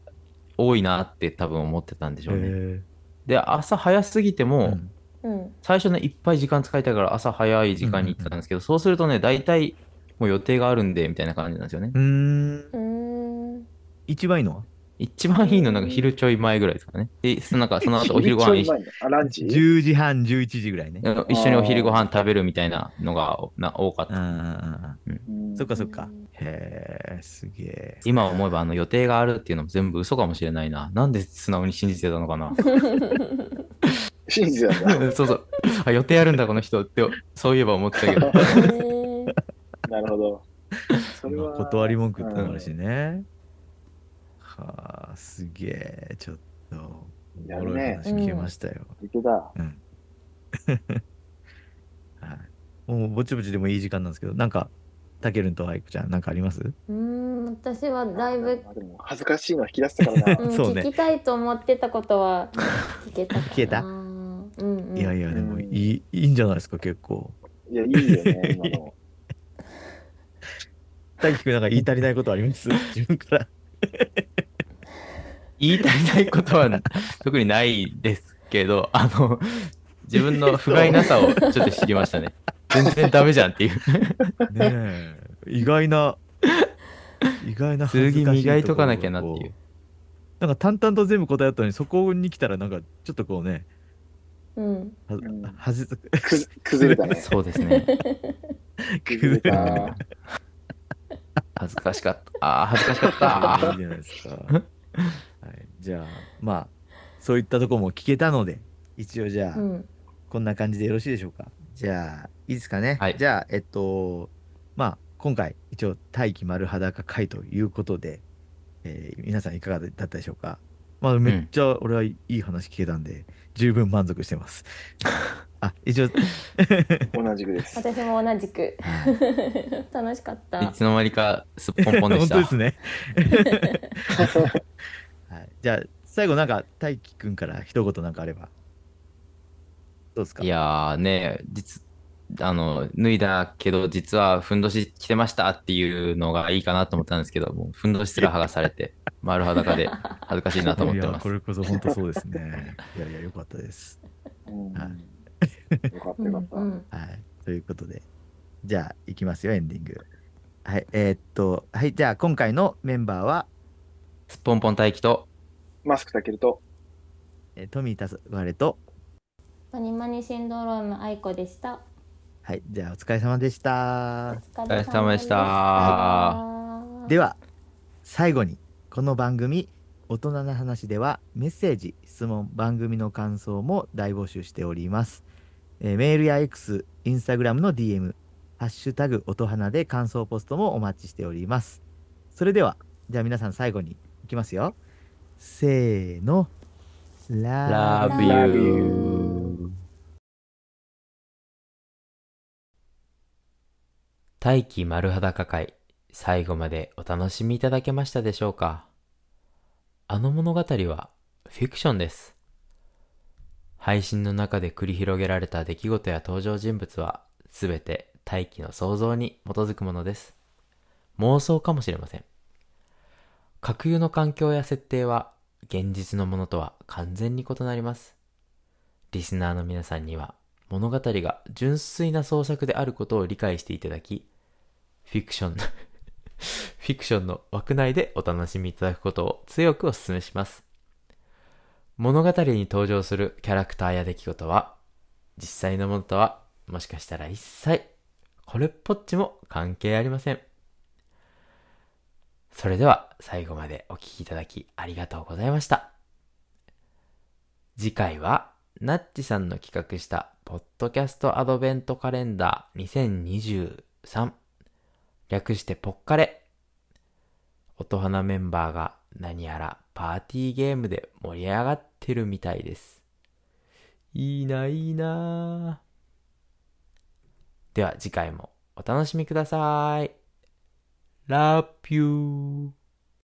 S4: 多いなって多分思ってたんでしょうね。
S3: へ
S4: で、朝早すぎて
S3: ー
S4: も、
S3: うん
S6: うん。
S4: 最初ね、いっぱい時間使いたいから朝早い時間に行ってたんですけど、そうするとね、大体もう予定があるんで、みたいな感じなんですよね。
S3: うーん。
S6: うーん。
S3: 一番いいのは
S4: 一番いいのなんか昼ちょい前ぐらいですかね。で、そのなんかその後お昼ご飯一緒
S5: あ、ランチ
S3: ?10 時半、11時ぐらいね。
S4: うん一緒にお昼ご飯食べるみたいなのがな多かっ
S3: う
S4: た。
S3: んうんうん
S5: う
S3: うんん。そっかそっか。へえ、すげえ。
S4: 今思えばあの予定があるっていうのも全部嘘かもしれないな。なんで素直に信じてたの かな。
S5: 真実 だな。
S4: そうそう。あ、予定あるんだこの人って、そういえば思ってたけど。
S5: なるほど。それ
S3: まあ
S5: は。
S3: 断り文句ってのもある
S5: う
S3: しね。はあ、すげえ。ちょっと、お
S5: や
S3: もろ
S5: る
S3: い
S5: ね
S3: 話聞けましたよ。
S5: ん。いけた。
S3: うん。はい。もうぼちぼちでもいい時間なんですけど、なんか、たけるんとあいこちゃん、なんかあります
S6: うーん、私はライブ、
S5: あでも恥ずかしいの引き出したから
S6: う
S5: な。
S6: ん、
S3: そうね
S6: 聞きたいと思ってたことは聞けたかな。
S3: 聞けた
S6: うん、うん。
S3: いやいや、
S5: うん
S3: でもいい、いいんじゃないですか、結構。
S5: いや、いいよ ね、今の。
S3: たきくん、なんか言い足りないことあります 自分から。
S4: 言い足りないことは特にないですけど、あの、自分の不甲斐なさをちょっと知りまし たね。全然ダメじゃんっていう。
S3: ねえ。意外な、意外な恥ず
S4: 次
S3: かし
S4: 磨い
S3: ことろ
S4: か
S3: を
S4: なきゃなっていう。。
S3: なんか淡々と全部答えたのに、そこに来たら、なんか、ちょっとこうね、
S6: うん。
S3: は
S5: ん
S3: はず、
S5: くず崩れたね。
S4: そうですね。
S5: 崩れた。
S4: 恥ずかしかった。ああ、恥ずかしかった。
S3: いいじゃないですか。はい、じゃあ、まあ、そういったとこも聞けたので、一応じゃあ、
S6: うん。
S3: こんな感じでよろしいでしょうか。じゃあ、いいですかね。
S4: はい
S3: じゃあ、えっと、まあ、今回、一応、大気丸裸会ということで、えー皆さんいかがだったでしょうか。まあ、めっちゃ俺はいい話聞けたんで、十分満足してます。あ、一応、
S5: 同じくです。
S6: 私も同じく楽しかっ
S4: い
S6: た。
S4: つの間にかすっぽんぽんでし
S3: 本
S4: た。
S3: 当ですね。 はい、じゃあ、最後、なんか、大輝くんから一言なんかあれば。どうですか
S4: いやーね、実、あの、脱いだけど、実はふんどし着てましたっていうのがいいかなと思ったんですけど、もうふんどしすら剥がされて、丸裸で恥ずかしいなと思って
S3: い
S4: ま
S3: や
S4: す
S3: こ。れこそ本当そうですね。 いやいや、よかったです。
S5: うん
S3: は
S5: よかった
S6: う
S5: よ
S6: ん
S5: かった。
S6: うん。
S3: はい。ということで、じゃあ、いきますよ、エンディング。はい。えーっと、はい。じゃあ、今回のメンバーは、
S4: すっぽんぽん待機と、
S5: マスクたけると、
S3: えー、富田われと、
S6: マニマニシンドローム愛子でした。
S3: はい。じゃあ、お疲れ様でした。
S6: お
S4: お疲れ様でし
S6: あ
S4: た。
S6: ー
S3: では、最後に、この番組、大人な話では、メッセージ、質問、番組の感想も大募集しております。えーメールや X、インスタグラムの DM、ハッシュタグ音花で感想ポストもお待ちしております。それでは、じゃあ皆さん最後にいきますよ。せーの。ラ
S4: Love you. 大気丸裸会、最後までお楽しみいただけましたでしょうかあの物語はフィクションです。配信の中で繰り広げられた出来事や登場人物は、すべて大気の想像に基づくものです。妄想かもしれません。架空の環境や設定は現実のものとは完全に異なります。リスナーの皆さんには物語が純粋な創作であることを理解していただき、フィクションの、 フィクションの枠内でお楽しみいただくことを強くお勧めします。物語に登場するキャラクターや出来事は、実際のものとはもしかしたら一切、これっぽっちも関係ありません。それでは最後までお聞きいただきありがとうございました。次回は、ナッチさんの企画した、ポッドキャストアドベントカレンダー2023。略してポッカレ。音花メンバーが何やらパーティーゲームで盛り上がってるみたいです。いいないいなでは次回もお楽しみください。Love you.